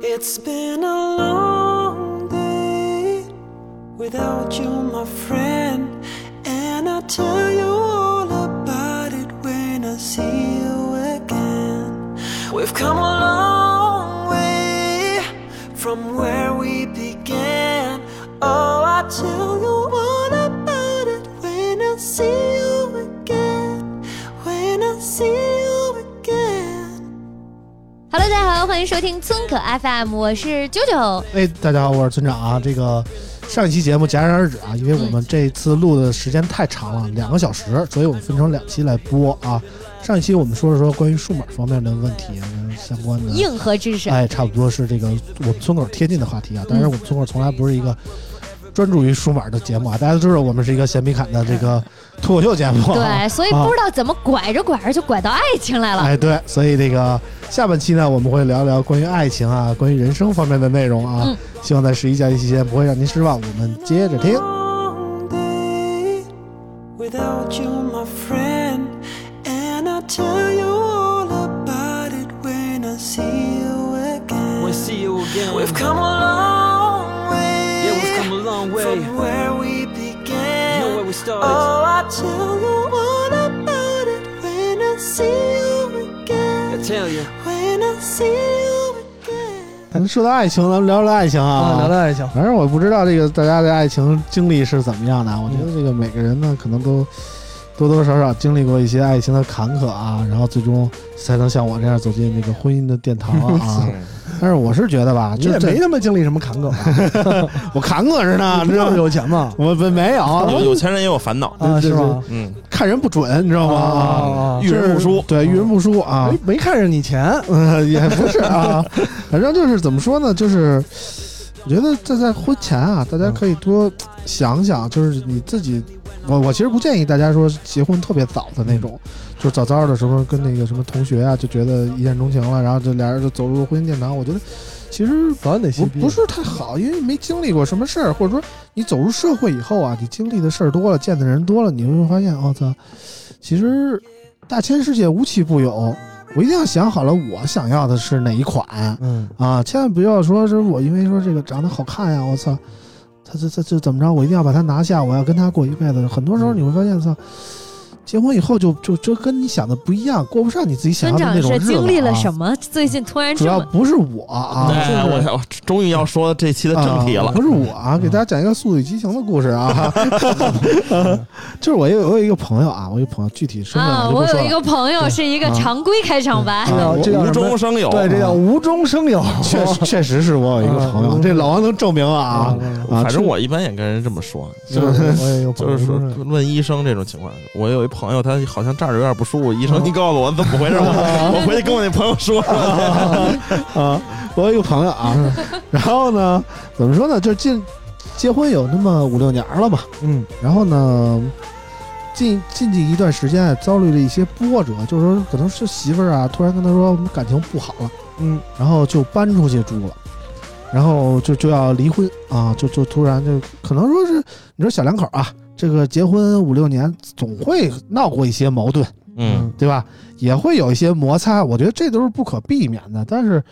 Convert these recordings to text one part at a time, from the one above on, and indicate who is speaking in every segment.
Speaker 1: It's been a long day without you, my friend. And I'll tell you all about it when I see you again. We've come a long way from where we began. Oh, I'll tell you all about it when I see you again. When I see you again.
Speaker 2: Hello，大家好，欢迎收听村口 FM，我是九九。
Speaker 3: 哎，大家好，我是村长啊。这个上一期节目戛然而止啊，因为我们这次录的时间太长了，两个小时，所以我们分成两期来播啊。上一期我们说了说关于数码方面的问题，嗯相关的
Speaker 2: 硬核知识，
Speaker 3: 哎，差不多是这个我们村口贴近的话题啊。
Speaker 2: 嗯
Speaker 3: 当然，我们村口从来不是一个专注于数码的节目啊，大家都知道我们是一个闲笔侃的这 个脱口秀节目、啊。
Speaker 2: 对，所以
Speaker 3: 啊
Speaker 2: 不知道怎么拐着拐着就拐到爱情来了。
Speaker 3: 哎，对，所以这个下半期呢，我们会聊聊关于爱情啊，关于人生方面的内容啊。
Speaker 2: 嗯
Speaker 3: 希望在十一假期期间不会让您失望。我们接着听。
Speaker 1: long day without you, my friend. And I'll tell you all about it when I see you again.
Speaker 4: We'll see you again.
Speaker 1: We've come a long way.
Speaker 4: yeah, we've come a long way.
Speaker 1: From where we began.
Speaker 4: You know where we started.
Speaker 1: Oh, I'll tell you all about it when I see you
Speaker 4: I
Speaker 1: again.
Speaker 4: tell you.
Speaker 1: When I see you again.
Speaker 3: 咱们说到爱情，咱们聊聊爱情啊，
Speaker 5: 聊聊爱情。
Speaker 3: 反正我不知道这个大家的爱情经历是怎么样的啊，我觉得这个每个人呢，可能都多多少少经历过一些爱情的坎坷啊，然后最终才能像我这样走进这个婚姻的殿堂 啊。但是我是觉得吧，
Speaker 5: 你
Speaker 3: 就
Speaker 5: 也
Speaker 3: 这
Speaker 5: 没他妈经历什么坎坷吧，
Speaker 3: 我坎坷着呢，
Speaker 5: 你
Speaker 3: 你
Speaker 5: 知
Speaker 3: 知道
Speaker 5: 道
Speaker 3: 吗？
Speaker 5: 有钱吗？
Speaker 3: 我不没
Speaker 6: 有
Speaker 3: 有，
Speaker 6: 有钱人也有烦恼，
Speaker 5: 啊，是吗？
Speaker 6: 嗯，
Speaker 3: 看人不准，你知道吗？
Speaker 5: 啊，
Speaker 6: 遇人不淑，
Speaker 3: 对，遇人不淑啊
Speaker 5: 哎没，没看上你钱，
Speaker 3: 嗯，也不是啊， 反正就是怎么说呢，就是我觉得在在婚前啊，大家可以多想想，就是你自己，我我其实不建议大家说结婚特别早的那种，
Speaker 6: 嗯
Speaker 3: 就是早早的时候跟那个什么同学啊，就觉得一见钟情了，然后就俩人就走入婚姻殿堂，我觉得其实
Speaker 5: 早晚得
Speaker 3: 不
Speaker 5: 心
Speaker 3: 不是太好，因为没经历过什么事儿，或者说你走入社会以后啊，你经历的事儿多了，见的人多了，你会发现，我、操，其实大千世界无奇不有。我一定要想好了，我想要的是哪一款
Speaker 5: 嗯，
Speaker 3: 啊！千万不要说是我因为说这个长得好看呀、我操，他这这这怎么着？我一定要把他拿下，我要跟他过一辈子。很多时候你会发现，操，结婚以后就就就跟你想的不一样，过不上你自己想
Speaker 2: 村
Speaker 3: 要的那
Speaker 2: 长
Speaker 3: 种
Speaker 2: 是
Speaker 3: 日子、啊。
Speaker 2: 经历了什么？最近突然
Speaker 3: 主
Speaker 2: 这
Speaker 3: 要
Speaker 2: 么
Speaker 3: 不是我啊，
Speaker 6: 哎，
Speaker 3: 就是
Speaker 6: 我我终于要说这期的正题
Speaker 3: 啊
Speaker 6: 了
Speaker 3: 不。是我啊，给大家讲一个《速度与激情》的故事啊， 就是我有我有一个朋友啊，我有一个朋友具体身份
Speaker 2: 啊！
Speaker 3: 我就不
Speaker 2: 我
Speaker 3: 说
Speaker 2: 有一
Speaker 3: 了。
Speaker 2: 个啊朋友
Speaker 3: 对
Speaker 2: 是一个
Speaker 3: 啊嗯
Speaker 2: 常规开场白，
Speaker 5: 这叫
Speaker 3: 我
Speaker 5: 这叫
Speaker 6: 无
Speaker 5: 什
Speaker 6: 中
Speaker 5: 么？
Speaker 6: 生有，啊
Speaker 5: 对，这叫无中生有，
Speaker 3: 确实确实是我有一个朋友，
Speaker 5: 啊
Speaker 3: 这老王能证明啊啊！
Speaker 6: 反正我一般也跟人这么说，
Speaker 5: 是不是？我也有朋
Speaker 6: 就
Speaker 5: 友
Speaker 6: 是说
Speaker 5: 无中生有
Speaker 6: 问医生这种情况。我有一朋友，他好像这儿有点不舒服，医
Speaker 3: 嗯
Speaker 6: 生，你告诉我怎么回事？我我回去跟我那朋友 说说。
Speaker 3: 啊，我有一个朋友啊，然后呢，怎么说呢，就是进结婚有那么五六年了吧，
Speaker 5: 嗯，
Speaker 3: 然后呢，近近近一段时间啊遭遇了一些波折，就是说可能是媳妇儿啊，突然跟他说我们感情不好了，
Speaker 5: 嗯，
Speaker 3: 然后就搬出去住了，然后就就要离婚啊，就就突然就可能说是你说小两口啊，这个结婚五六年总会闹过一些矛盾，
Speaker 6: 嗯，
Speaker 3: 对吧？也会有一些摩擦，我觉得这都是不可避免的。但是，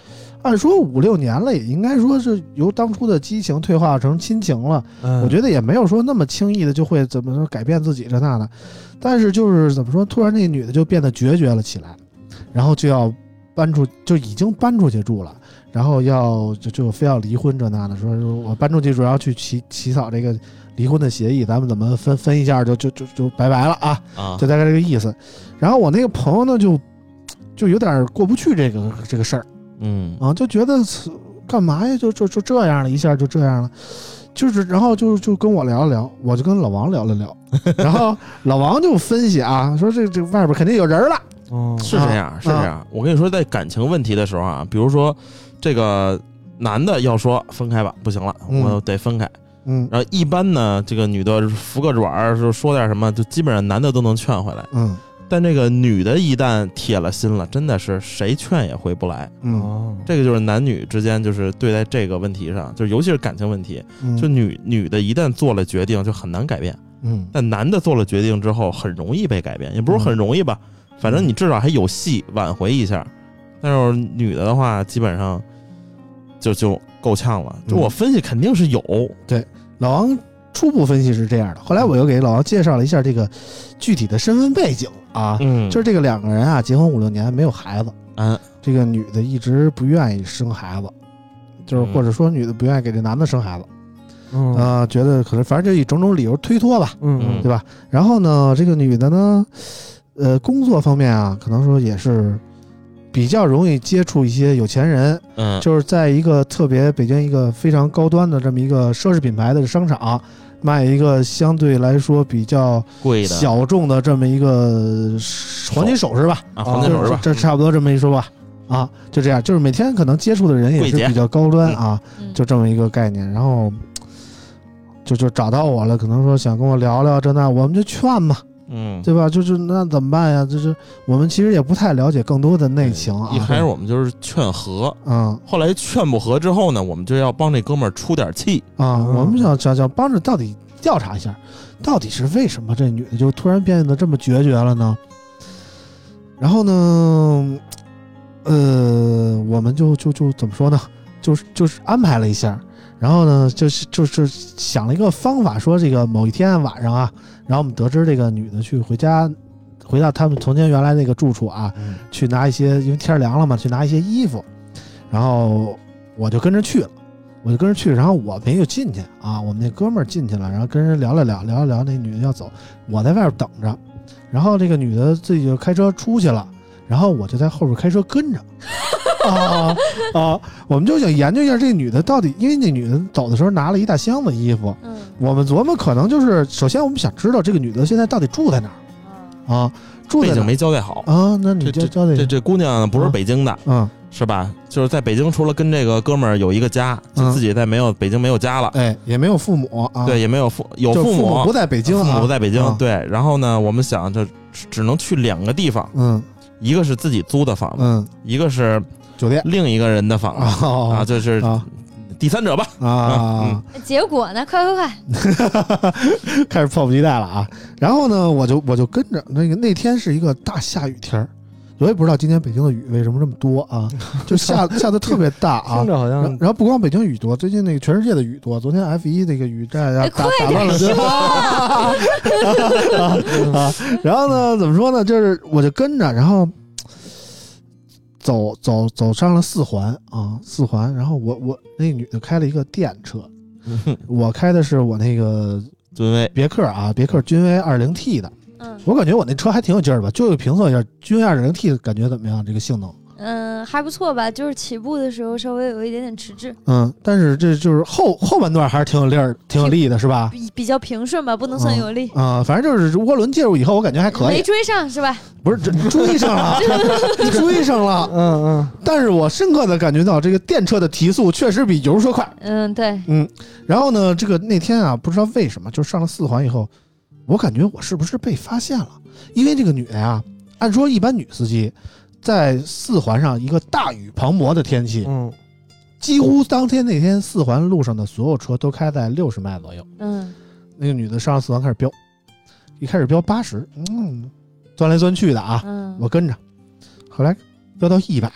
Speaker 3: 按说五六年了，也应该说是由当初的激情退化成亲情了。
Speaker 5: 嗯
Speaker 3: 我觉得也没有说那么轻易的就会怎么说改变自己这那的。但是就是怎么说，突然那女的就变得决绝了起来，然后就要搬出，就已经搬出去住了。然后要就就非要离婚这那的，说说我搬出去主要去起起草这个离婚的协议，咱们怎么分分一下就就就就拜拜了啊！
Speaker 6: 啊，
Speaker 3: 就大概这个意思。然后我那个朋友呢，就就有点过不去这个这个事儿
Speaker 6: 嗯，
Speaker 3: 啊，就觉得干嘛呀，就就就这样了，一下就这样了，就是然后就就跟我聊了聊，我 就跟老王聊了聊，然后老王就分析啊，说这这外边肯定有人了。
Speaker 5: 哦
Speaker 6: 是这样，是这样。我跟你说，在感情问题的时候啊，比如说这个男的要说分开吧，不行了，
Speaker 3: 嗯
Speaker 6: 我得分开。
Speaker 3: 嗯
Speaker 6: 然后一般呢，这个女的服个软儿，说说点什么，就基本上男的都能劝回来。
Speaker 3: 嗯
Speaker 6: 但这个女的，一旦铁了心了，真的是谁劝也回不来。
Speaker 3: 嗯
Speaker 5: 哦，
Speaker 6: 这个就是男女之间，就是对待这个问题上，就是尤其是感情问题，
Speaker 3: 嗯，
Speaker 6: 就女女的一旦做了决定，就很难改变。
Speaker 3: 嗯
Speaker 6: 但男的做了决定之后，很容易被改变，也不是很容易吧，反正你至少还有戏挽回一下。但是女的的话，基本上就就够呛了。就我分析肯定是有，
Speaker 3: 老王初步分析是这样的，后来我又给老王介绍了一下这个具体的身份背景啊，
Speaker 6: 嗯
Speaker 3: 就是这个两个人啊，结婚五六年没有孩子，
Speaker 6: 嗯，
Speaker 3: 这个女的一直不愿意生孩子，就是
Speaker 6: 嗯
Speaker 3: 或者说女的不愿意给这男的生孩子，
Speaker 5: 嗯
Speaker 3: 啊、觉得可能反正就以种种理由推脱吧，
Speaker 5: 嗯
Speaker 3: 对吧？然后呢，这个女的呢，呃，工作方面啊，可能说也是比较容易接触一些有钱人，
Speaker 6: 嗯，
Speaker 3: 就是在一个特别北京一个非常高端的这么一个奢侈品牌的商场，卖一个相对来说比较
Speaker 6: 贵的
Speaker 3: 小众的这么一个黄金首饰吧，
Speaker 6: 啊，黄金
Speaker 3: 就
Speaker 6: 手
Speaker 3: 是
Speaker 6: 是吧？
Speaker 3: 这差不多这么一说吧。啊，就这样，就是每天可能接触的人也
Speaker 6: 柜
Speaker 3: 是
Speaker 6: 姐
Speaker 3: 比较高端啊，
Speaker 2: 嗯
Speaker 3: 就这么一个概念。然后就就找到我了，可能说想跟我聊聊这那，我们就劝嘛，
Speaker 6: 嗯，
Speaker 3: 对吧？就是那怎么办呀？就是我们其实也不太了解更多的内情啊。
Speaker 6: 一开始我们就是劝和，
Speaker 3: 嗯
Speaker 6: 后来劝不和之后呢，我们就要帮这哥们儿出点气。
Speaker 3: 啊，我们想想想帮着到底调查一下，到底是为什么这女的就突然变得这么决绝了呢？然后呢，呃，我们就就就怎么说呢？就是就是安排了一下，然后呢，就是就是想了一个方法，说这个某一天晚上啊，然后我们得知这个女的去回家，回到他们从前原来那个住处啊，去拿一些，因为天儿凉了嘛，去拿一些衣服，然后我就跟着去了，我就跟着去，然后我没有进去啊，我们那哥们儿进去了，然后跟人聊了聊，聊了聊，那女的要走，我在外边等着，然后这个女的自己就开车出去了，然后我就在后边开车跟着。 啊啊！我们就想研究一下这女的到底，因为那女的走的时候拿了一大箱子衣服，
Speaker 2: 嗯
Speaker 3: 我们琢磨可能就是，首先我们想知道这个女的现在到底住在哪儿啊？住
Speaker 6: 背
Speaker 3: 在哪
Speaker 6: 景
Speaker 3: 儿
Speaker 6: 没交代好，
Speaker 3: 啊？那你
Speaker 6: 这
Speaker 3: 就
Speaker 6: 这
Speaker 3: 交代一
Speaker 6: 这
Speaker 3: 下
Speaker 6: 这姑娘不是
Speaker 3: 啊
Speaker 6: 北京的，
Speaker 3: 嗯，
Speaker 6: 是吧？就是在北京，除了跟这个哥们儿有一个家，就
Speaker 3: 嗯
Speaker 6: 自己在没有北京没有家了，
Speaker 3: 哎，也没有父母啊，
Speaker 6: 对，，也没有父有
Speaker 3: 就是
Speaker 6: 父
Speaker 3: 父母不
Speaker 6: 母，
Speaker 3: 在北京
Speaker 6: 父
Speaker 3: 啊，
Speaker 6: 母不在北京
Speaker 3: 啊，
Speaker 6: 对。然后呢，我们想就只只能去两个地方，
Speaker 3: 嗯
Speaker 6: 一个是自己租的房子，
Speaker 3: 嗯，
Speaker 6: 一个是
Speaker 3: 酒店
Speaker 6: 另一个人的房子啊，
Speaker 3: 啊
Speaker 6: 就是嗯
Speaker 3: 啊
Speaker 6: 第三者吧。
Speaker 3: 啊，
Speaker 2: 结果呢？快快快！
Speaker 3: 开始迫不及待了啊！然后呢，我就我就跟着那个那天是一个大下雨天儿，我也不知道今天北京的雨为什么这么多啊，就下下的特别大啊
Speaker 5: 听。着好
Speaker 3: 然
Speaker 5: 像
Speaker 3: 然后不光北京雨多，最近那个全世界的雨多。昨天 F 一那个雨战啊，
Speaker 2: 哎
Speaker 3: 打
Speaker 2: 快
Speaker 3: 打
Speaker 2: 点
Speaker 3: 乱了针啊啊！然后呢，怎么说呢？就是我就跟着，然后走走走上了四环啊，四环。然后我我那女的开了一个电车，我开的是我那个
Speaker 6: 尊威，
Speaker 3: 别克啊，别克君威二零 T 的。
Speaker 2: 嗯
Speaker 3: 我感觉我那车还挺有劲儿吧，就评测一下君威二零 T 感觉怎么样？这个性能？
Speaker 2: 嗯，还不错吧，就是起步的时候稍微有一点点迟滞，
Speaker 3: 嗯，但是这就是后后半段还是挺有力儿、挺有力的，是吧？
Speaker 2: 比比较平顺吧，不能算有力，
Speaker 3: 啊、反正就是涡轮介入以后，我感觉还可
Speaker 2: 没
Speaker 3: 以，
Speaker 2: 追上是吧？
Speaker 3: 不是这追上了，追上了。
Speaker 5: 嗯嗯
Speaker 3: 但是我深刻的感觉到，这个电车的提速确实比油车快。
Speaker 2: 嗯，对，
Speaker 3: 然后呢，这个那天啊，不知道为什么，就上了四环以后，我感觉我是不是被发现了？因为这个女的呀，按说一般女司机在四环上一个大雨磅礴的天气，
Speaker 5: 嗯
Speaker 3: 几乎当天那天四环路上的所有车都开在六十迈左右。
Speaker 2: 嗯
Speaker 3: 那个女的上了四环开始飙，一开始飙八十，嗯，钻来钻去的啊，
Speaker 2: 嗯，
Speaker 3: 我跟着，后来飙到一百，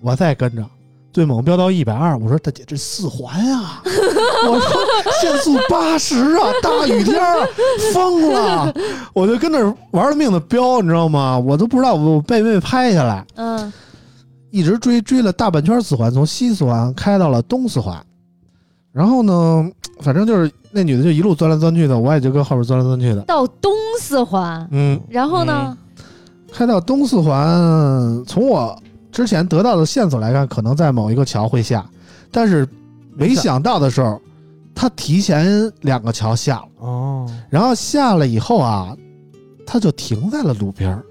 Speaker 3: 我再跟着，最猛飙到一百二，我说大姐这四环啊，我说限速八十啊，大雨天儿疯了， 我就跟那儿玩了命的飙，你知道吗？我都不知道我被没被拍下来，
Speaker 2: 嗯
Speaker 3: 一直追追了大半圈四环，从西四环开到了东四环，然后呢，反正就是那女的就一路钻来钻去的，我也就跟后边钻来钻去的，
Speaker 2: 到东四环，
Speaker 3: 嗯，
Speaker 2: 然后呢？
Speaker 3: 开到东四环，从我之前得到的线索来看，可能在某一个桥会下，但是没想到的时候，他提前两个桥下了，
Speaker 5: 哦
Speaker 3: 然后下了以后啊，他就停在了路边儿，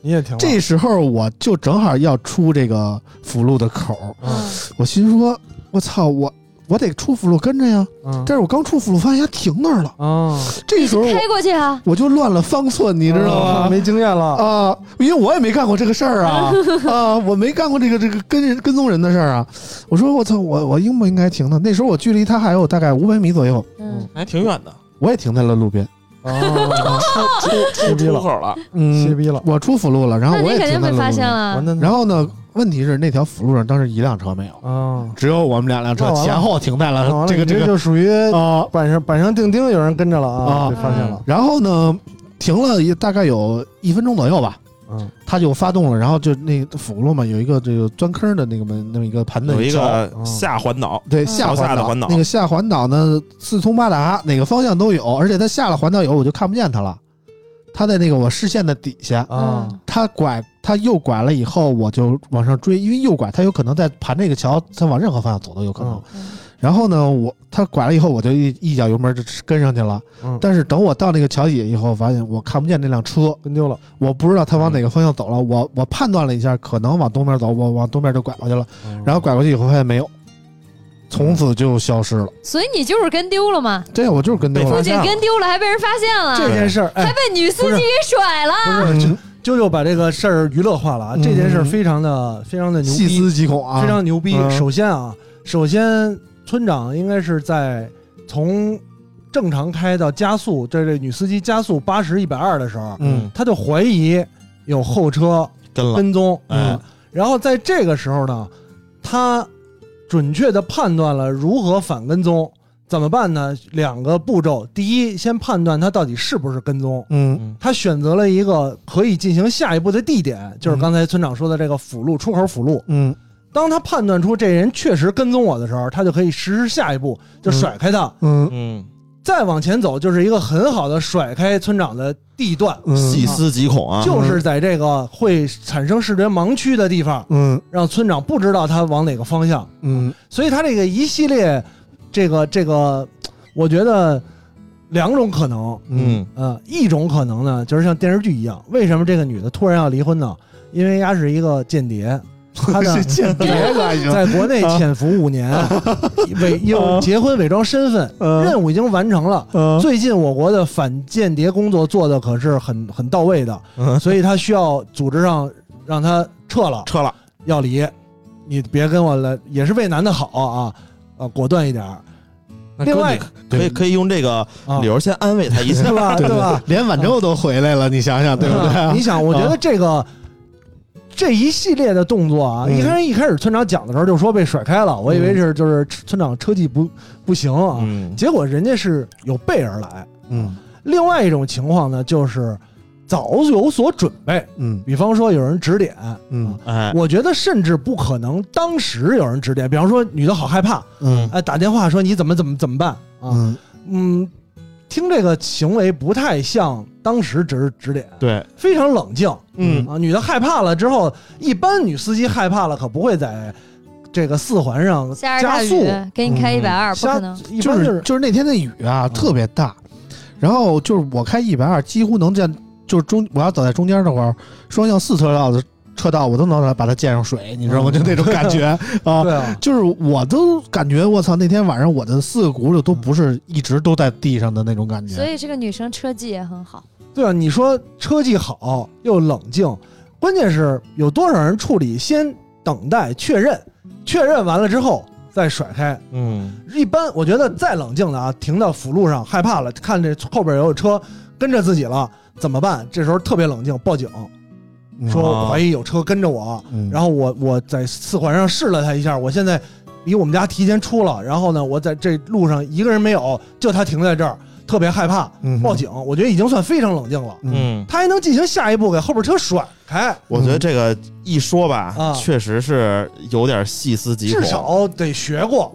Speaker 5: 你也挺
Speaker 3: 这时候我就正好要出这个福禄的口儿，
Speaker 5: 嗯
Speaker 3: 我心说，我操，我我得出福禄跟着呀。
Speaker 5: 嗯
Speaker 3: 但是我刚出福禄，发现它停那儿了。
Speaker 5: 啊，
Speaker 3: 这时候我
Speaker 2: 开过去啊，
Speaker 3: 我就乱了方寸，你知道
Speaker 5: 啊
Speaker 3: 吗？
Speaker 5: 没经验了，
Speaker 3: 啊，因为我也没干过这个事儿 啊啊，我没干过这个这个跟人跟踪人的事儿啊。我说我操，我我应不应该停呢？那时候我距离他还有大概五百米左右，
Speaker 2: 嗯，
Speaker 6: 还哎挺远的，
Speaker 3: 我也停在了路边。
Speaker 5: 啊，
Speaker 6: 出出出出口了，
Speaker 5: 歇
Speaker 3: 嗯，
Speaker 5: 逼了，
Speaker 3: 我出辅路了，然后
Speaker 2: 那
Speaker 3: 我
Speaker 2: 你
Speaker 3: 也
Speaker 2: 肯
Speaker 3: 停
Speaker 2: 定
Speaker 3: 在
Speaker 2: 被
Speaker 3: 了
Speaker 2: 发
Speaker 3: 路
Speaker 2: 现
Speaker 3: 边。
Speaker 2: 了。
Speaker 5: 完蛋，
Speaker 3: 然后呢，问题是那条辅路上当时一辆车没有，
Speaker 5: 啊，
Speaker 3: 只有我们两辆车
Speaker 5: 那完了哦
Speaker 3: 前后停在
Speaker 5: 完
Speaker 3: 了
Speaker 5: 了
Speaker 3: 这个
Speaker 5: 你
Speaker 3: 这
Speaker 5: 这
Speaker 3: 个
Speaker 5: 就属于
Speaker 3: 啊。
Speaker 5: 板上板上钉钉，有人跟着了
Speaker 3: 啊
Speaker 5: 啊，被发现了，
Speaker 3: 然后呢，停了一大概有一分钟左右吧，
Speaker 5: 嗯
Speaker 3: 他就发动了，然后就那辅路嘛，有一个这个钻坑的那个门，那么一个盘子，
Speaker 6: 有一
Speaker 3: 桥
Speaker 6: 个下环岛，
Speaker 3: 对
Speaker 2: 嗯
Speaker 3: 下
Speaker 6: 朝下
Speaker 3: 环
Speaker 6: 的
Speaker 3: 岛，
Speaker 6: 环岛
Speaker 3: 那个下环岛呢四通八达，哪个方向都有，而且他下了环岛以后我就看不见他了，他在那个我视线的底下，
Speaker 5: 啊，
Speaker 2: 嗯
Speaker 3: 他拐他右拐了以后我就往上追，因为右拐他有可能在盘这个桥，他往任何方向走都有可
Speaker 5: 啊
Speaker 3: 能。
Speaker 2: 嗯
Speaker 3: 然后呢，我他拐了以后我就一一脚油门就跟上去了，
Speaker 5: 嗯
Speaker 3: 但是等我到那个桥底下以后，发现我看不见那辆车，
Speaker 5: 跟丢了，嗯
Speaker 3: 我不知道他往哪个方向走了，我我判断了一下，可能往东边走，我往东边就拐过去了，
Speaker 5: 嗯
Speaker 3: 然后拐过去以后发现没有，从此就消失了。
Speaker 2: 所以你就是跟丢了嘛？
Speaker 3: 对，我就是跟丢了
Speaker 6: 被
Speaker 2: 不
Speaker 6: 发。
Speaker 2: 仅
Speaker 6: 现了
Speaker 2: 跟丢了，还被人发现
Speaker 5: 这
Speaker 2: 了，
Speaker 5: 件事儿，哎
Speaker 2: 还，被女司机给甩了。
Speaker 5: 不是，
Speaker 3: 嗯
Speaker 5: 舅舅把这个事儿娱乐化了啊，
Speaker 3: 嗯
Speaker 5: 这件事儿非常的非常的牛
Speaker 3: 细
Speaker 5: 逼，
Speaker 3: 思极恐啊！
Speaker 5: 非常牛逼。
Speaker 3: 嗯
Speaker 5: 首先啊，首先村长应该是在从正常开到加速，这这女司机加速八十一百二的时候，
Speaker 3: 嗯
Speaker 5: 他就怀疑有后车
Speaker 6: 跟了，
Speaker 5: 跟踪，嗯
Speaker 6: 哎，
Speaker 5: 然后在这个时候呢，他准确的判断了如何反跟踪。怎么办呢？两个步骤，第一，先判断他到底是不是跟踪，
Speaker 3: 嗯
Speaker 5: 他选择了一个可以进行下一步的地点，就是刚才村长说的这个辅路出口辅路。
Speaker 3: 嗯
Speaker 5: 当他判断出这人确实跟踪我的时候，他就可以实施下一步，就甩开他，
Speaker 3: 嗯
Speaker 6: 嗯，
Speaker 5: 再往前走就是一个很好的甩开村长的地段，
Speaker 3: 嗯，
Speaker 6: 细思极恐啊，
Speaker 5: 就是在这个会产生视觉盲区的地方，
Speaker 3: 嗯
Speaker 5: 让村长不知道他往哪个方向。
Speaker 3: 嗯
Speaker 5: 所以他这个一系列，这个这个，我觉得两种可能，
Speaker 3: 嗯
Speaker 6: 嗯，
Speaker 5: 呃，一种可能呢，就是像电视剧一样，为什么这个女的突然要离婚呢？因为她是一个间谍，她 的
Speaker 3: 别恶心
Speaker 5: 在国内潜伏五年，伪又结婚伪装身份，
Speaker 3: 嗯
Speaker 5: 任务已经完成了。
Speaker 3: 嗯
Speaker 5: 最近我国的反间谍工作做的可是很很到位的，
Speaker 6: 嗯
Speaker 5: 所以她需要组织上让她撤了，
Speaker 6: 撤了，
Speaker 5: 要离，你别跟我来，也是为男的好啊，啊，果断一点儿
Speaker 6: 那
Speaker 5: 另
Speaker 6: 哥
Speaker 5: 外
Speaker 6: 你可以可以用这个
Speaker 5: 啊
Speaker 6: 理，由先安慰他一下
Speaker 5: 对，吧？啊对吧？
Speaker 3: 连晚舟都回来了，你想想对不对啊
Speaker 5: 你？想，我觉得
Speaker 3: 啊
Speaker 5: 这个这一系列的动作啊，
Speaker 3: 嗯
Speaker 5: 一开始一开始村长讲的时候就说被甩开了，我以为是就是村长车技不不行啊，
Speaker 6: 嗯，
Speaker 5: 结果人家是有备而来。
Speaker 3: 嗯
Speaker 5: 另外一种情况呢，就是早有所准备，
Speaker 3: 嗯
Speaker 5: 比方说有人指点，
Speaker 3: 嗯
Speaker 6: 哎，
Speaker 5: 我觉得甚至不可能当时有人指点，比方说女的好害怕，
Speaker 3: 嗯
Speaker 5: 哎，打电话说你怎么怎么怎么办啊？
Speaker 3: 嗯
Speaker 5: 嗯，听这个行为不太像当时指指点，
Speaker 6: 对，
Speaker 5: 非常冷静。
Speaker 3: 嗯
Speaker 5: 啊，女的害怕了之后，一般女司机害怕了可不会在这个四环上
Speaker 2: 下着大
Speaker 5: 加
Speaker 2: 雨
Speaker 5: 速，，
Speaker 2: 给你开一百二，不
Speaker 5: 瞎
Speaker 2: 可能。
Speaker 5: 一
Speaker 3: 就
Speaker 5: 般
Speaker 3: 是
Speaker 5: 是嗯
Speaker 3: 就是那天那雨啊特别大，然后就是我开一百二，几乎能见，就是中我要走在中间的话，双向四车道的车道我都能把它溅上水，你知
Speaker 5: 嗯
Speaker 3: 道吗？就那种感 觉啊。
Speaker 5: 对啊，
Speaker 3: 就是我都感觉我操，那天晚上我的四个轱辘都不是一直都在地上的那种
Speaker 5: 嗯
Speaker 3: 感觉。
Speaker 2: 所以这个女生车技也很好，
Speaker 5: 对啊，你说车技好又冷静，关键是有多少人处理先等待确认，确认完了之后再甩开。
Speaker 6: 嗯，
Speaker 5: 一般我觉得再冷静的啊，停到辅路上害怕了，看这后边有车跟着自己了怎么办？这时候特别冷静，报警
Speaker 3: 嗯
Speaker 5: 说怀疑有车跟着我，
Speaker 3: 嗯
Speaker 5: 然后我我在四环上试了他一下，我现在离我们家提前出了，然后呢，我在这路上一个人没有，就他停在这儿，特别害怕，
Speaker 3: 嗯哼
Speaker 5: 报警，我觉得已经算非常冷静了。
Speaker 6: 嗯，
Speaker 5: 他还能进行下一步，给后边车甩开，
Speaker 6: 我觉得这个一说吧
Speaker 5: 啊，
Speaker 6: 确实是有点细思极恐，
Speaker 5: 至少得学过。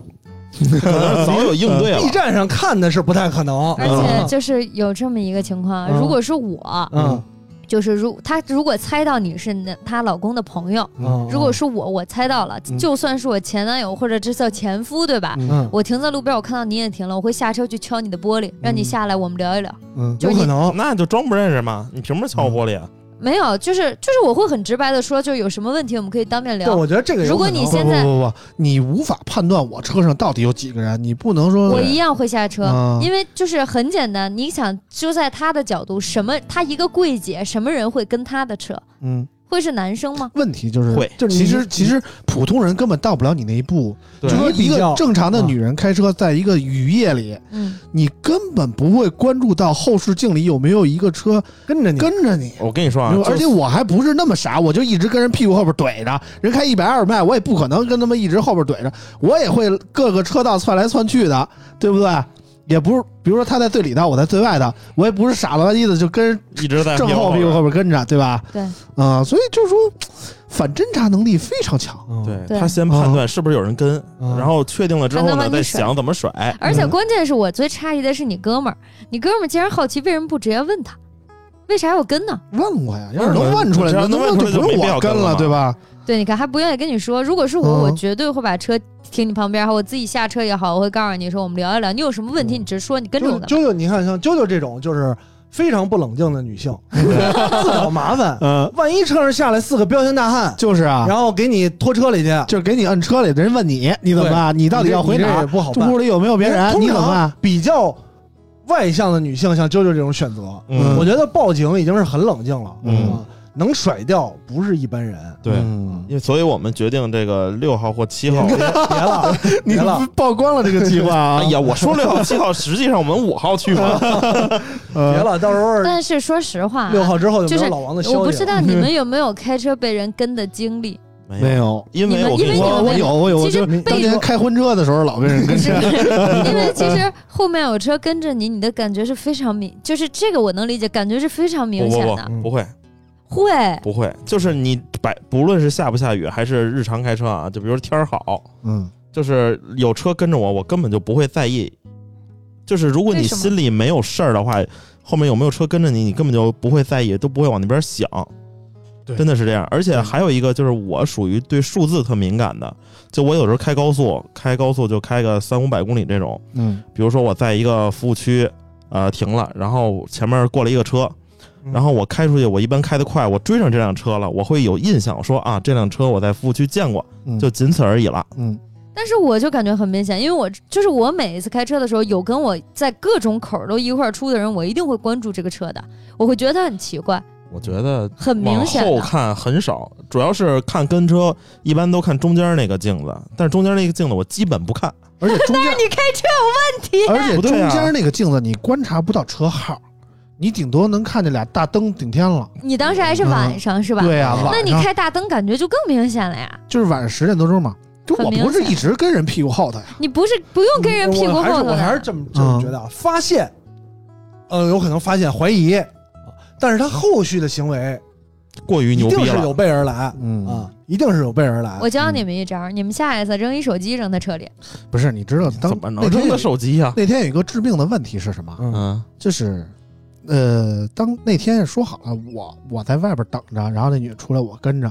Speaker 6: 可能早有应 对
Speaker 5: B
Speaker 6: 了，
Speaker 5: 站上看的是不太可
Speaker 2: 嗯
Speaker 5: 能，
Speaker 2: 而且就是有这么一个情况，
Speaker 5: 嗯
Speaker 2: 如果是我，
Speaker 5: 嗯
Speaker 2: 就是如她如果猜到你是那她老公的朋友，
Speaker 5: 嗯，
Speaker 2: 如果是我，我猜到了，
Speaker 3: 嗯
Speaker 2: 就算是我前男友或者这叫前夫，对吧？
Speaker 5: 嗯
Speaker 2: 我停在路边，我看到你也停了，我会下车去敲你的玻璃，让你下来，我们聊一聊。
Speaker 3: 嗯
Speaker 2: 就
Speaker 5: 有
Speaker 2: 是
Speaker 5: 可
Speaker 2: 你
Speaker 5: 能，
Speaker 6: 那就装不认识嘛，你凭什么敲我玻璃啊？
Speaker 2: 没有，就是就是我会很直白的说，就是有什么问题我们可以当面
Speaker 5: 对，
Speaker 2: 聊。
Speaker 5: 我觉得这个有
Speaker 2: 如果
Speaker 5: 可能啊
Speaker 2: 你
Speaker 3: 不
Speaker 2: 先
Speaker 3: 不
Speaker 2: 现在
Speaker 3: 不不，你无法判断我车上到底有几个人，你不能说
Speaker 2: 我一样会下车，
Speaker 3: 嗯
Speaker 2: 因为就是很简单，你想就在他的角度，什么他一个柜姐，什么人会跟他的车？
Speaker 3: 嗯。
Speaker 2: 会是男生吗？
Speaker 3: 问题就是
Speaker 6: 会
Speaker 3: 就是
Speaker 5: 你
Speaker 3: 其实其实普通人根本到不了你那一步。
Speaker 6: 对
Speaker 3: 就说一
Speaker 5: 比较
Speaker 3: 个正常的女人开车，在一个雨夜里，
Speaker 2: 嗯，
Speaker 3: 你根本不会关注到后视镜里有没有一个车
Speaker 5: 跟着你，
Speaker 3: 跟着你。
Speaker 6: 我跟你说啊，
Speaker 3: 而且
Speaker 6: 就
Speaker 3: 我还不是那么傻，我就一直跟人屁股后边怼着，人开一百二十迈，我也不可能跟他们一直后边怼着，我也会各个车道窜来窜去的，对不对？也不是，比如说他在最里道，我在最外道，我也不是傻了吧唧的就跟人
Speaker 6: 一直在啊
Speaker 3: 正
Speaker 6: 屁股
Speaker 3: 后屁股
Speaker 6: 边
Speaker 3: 后边跟着，对吧？
Speaker 5: 嗯
Speaker 2: 对，
Speaker 3: 啊、所以就是说，反侦查能力非常强。
Speaker 5: 嗯
Speaker 6: 对
Speaker 2: 对
Speaker 6: 他先判断是不是有人跟，
Speaker 5: 嗯
Speaker 6: 然后确定了之后
Speaker 2: 判
Speaker 6: 呢，
Speaker 2: 断
Speaker 6: 再
Speaker 2: 完你甩嗯
Speaker 6: 想怎么甩。
Speaker 2: 而且关键是我最诧异的是你哥们儿，你哥们儿竟然好奇为什么不直接问他，为啥要跟呢？
Speaker 3: 问过呀，要是能
Speaker 6: 嗯
Speaker 3: 问出来，
Speaker 6: 只要
Speaker 3: 能
Speaker 6: 能
Speaker 3: 问
Speaker 6: 问出来
Speaker 3: 就不
Speaker 6: 就没
Speaker 3: 用
Speaker 6: 必
Speaker 3: 我
Speaker 6: 要
Speaker 3: 跟
Speaker 6: 跟了
Speaker 3: 了，
Speaker 6: 嘛
Speaker 3: 对吧？
Speaker 2: 对，你看还不愿意跟你说，如果是我，
Speaker 3: 嗯
Speaker 2: 我绝对会把车停你旁边，然后我自己下车也好，我会告诉你说我们聊一聊，你有什么问题
Speaker 5: 嗯
Speaker 2: 你直说，你跟着
Speaker 5: 就
Speaker 2: 我干嘛
Speaker 5: 啾啾，你看像啾啾这种就是非常不冷静的女性，自找麻烦。
Speaker 3: 嗯，
Speaker 5: 万一车上下来四个彪形大汉，
Speaker 3: 就是啊，
Speaker 5: 然后给你拖车里去，
Speaker 3: 就是给你摁车里的人问你，你怎么办？你
Speaker 5: 你
Speaker 3: 到底要回
Speaker 5: 这
Speaker 3: 哪
Speaker 5: 也
Speaker 3: 儿？
Speaker 5: 不好
Speaker 3: 这
Speaker 5: 办
Speaker 3: 屋。里有没有别人？
Speaker 5: 通
Speaker 3: 你怎么办
Speaker 5: 常？比较外向的女性，像啾啾这种选择，
Speaker 6: 嗯
Speaker 5: 我觉得报警已经是很冷静了，
Speaker 6: 嗯
Speaker 5: 啊，能甩掉不是一般人。
Speaker 6: 对，
Speaker 3: 嗯
Speaker 6: 因为所以我们决定这个六号或七号。
Speaker 5: 别了，
Speaker 3: 你
Speaker 5: 别
Speaker 3: 怎
Speaker 5: 了
Speaker 3: 么，曝光了这个计划啊
Speaker 6: 哎！呀，我 说六号七号，实际上我们五号去嘛。
Speaker 5: 别
Speaker 3: 呃，
Speaker 5: 了，到时候
Speaker 2: 但是说实话啊，
Speaker 5: 六号之后
Speaker 2: 就
Speaker 5: 就没
Speaker 2: 是
Speaker 5: 有老王的消息了。
Speaker 2: 我不知道你们有没有开车被人跟的经历，
Speaker 3: 没，有，
Speaker 6: 因
Speaker 2: 你
Speaker 6: 为
Speaker 2: 们
Speaker 6: 我
Speaker 2: 因
Speaker 6: 跟
Speaker 2: 为
Speaker 6: 你
Speaker 2: 你
Speaker 3: 我
Speaker 6: 说
Speaker 2: 们
Speaker 3: 我有我有，我
Speaker 2: 哎其实
Speaker 3: 就
Speaker 2: 被
Speaker 3: 当年开婚车的时候老被人跟
Speaker 2: 是
Speaker 3: 着。
Speaker 2: 因为其实后面有车跟着你，你的感觉是非常明，就是这个我能理解，感觉是非常明
Speaker 6: 不
Speaker 2: 显
Speaker 6: 不
Speaker 2: 的。
Speaker 3: 嗯
Speaker 6: 不不会
Speaker 2: 会，
Speaker 6: 哦不会，就是你百不论是下不下雨，还是日常开车啊，就比如天儿好，
Speaker 3: 嗯，
Speaker 6: 就是有车跟着我，我根本就不会在意。就是如果你
Speaker 2: 为什么
Speaker 6: 心里没有事儿的话，后面有没有车跟着你，你根本就不会在意，都不会往那边想。
Speaker 3: 对
Speaker 6: 真的是这样。而且还有一个就是，我属于对数字特敏感的，就我有时候开高速，开高速就开个三五百公里这种。
Speaker 3: 嗯，
Speaker 6: 比如说我在一个服务区，呃，停了，然后前面过来一个车，
Speaker 5: 嗯
Speaker 6: 然后我开出去，我一般开得快，我追上这辆车了，我会有印象说啊，这辆车我在服务区见过，
Speaker 3: 嗯
Speaker 6: 就仅此而已了。
Speaker 3: 嗯
Speaker 2: 但是我就感觉很明显，因为我就是我每一次开车的时候，有跟我在各种口儿都一块儿出的人，我一定会关注这个车的，我会觉得他很奇怪，
Speaker 6: 我觉得
Speaker 2: 很明
Speaker 6: 往
Speaker 2: 显
Speaker 6: 后
Speaker 2: 的。
Speaker 6: 看很少，主要是看跟车，一般都看中间那个镜子，但是中间那个镜子我基本不看。
Speaker 3: 而且中 间
Speaker 2: 你开车有问
Speaker 3: 而
Speaker 2: 题，
Speaker 3: 且
Speaker 6: 不
Speaker 3: 中
Speaker 6: 对啊
Speaker 3: 间那个镜子你观察不到车号，你顶多能看见俩大灯顶天了。
Speaker 2: 你当时还是晚上、是吧？
Speaker 5: 嗯
Speaker 3: 对呀，
Speaker 2: 那
Speaker 3: 晚
Speaker 2: 你
Speaker 3: 上
Speaker 2: 开大灯感觉就更明显了呀，
Speaker 3: 就是晚上十点多钟嘛。就我
Speaker 2: 很明
Speaker 3: 不是
Speaker 2: 显
Speaker 3: 一直跟人屁股后头呀。
Speaker 2: 你不是不用跟人屁股
Speaker 5: 我还
Speaker 2: 后
Speaker 5: 是
Speaker 2: 头
Speaker 5: 我还是
Speaker 2: 的。
Speaker 5: 这么这么觉得啊，发现，呃，有可能发现怀疑，但是他后续的行为
Speaker 6: 过于
Speaker 5: 一
Speaker 6: 牛
Speaker 5: 定
Speaker 6: 逼
Speaker 5: 是有
Speaker 6: 了，
Speaker 5: 备而来
Speaker 3: 嗯
Speaker 5: 啊，一定是有备而来
Speaker 2: 我。教你们一招，你们下一次扔一手机扔他车里，
Speaker 3: 不是，你知
Speaker 5: 嗯
Speaker 3: 道当
Speaker 6: 怎么能
Speaker 3: 那天
Speaker 6: 扔
Speaker 3: 有
Speaker 6: 个手机呀、
Speaker 3: 那天有一个致命的问题是什么？
Speaker 5: 嗯
Speaker 6: 嗯，
Speaker 3: 就是，呃，当那天说好了，我我在外边等着，然后那女的出来，我跟着，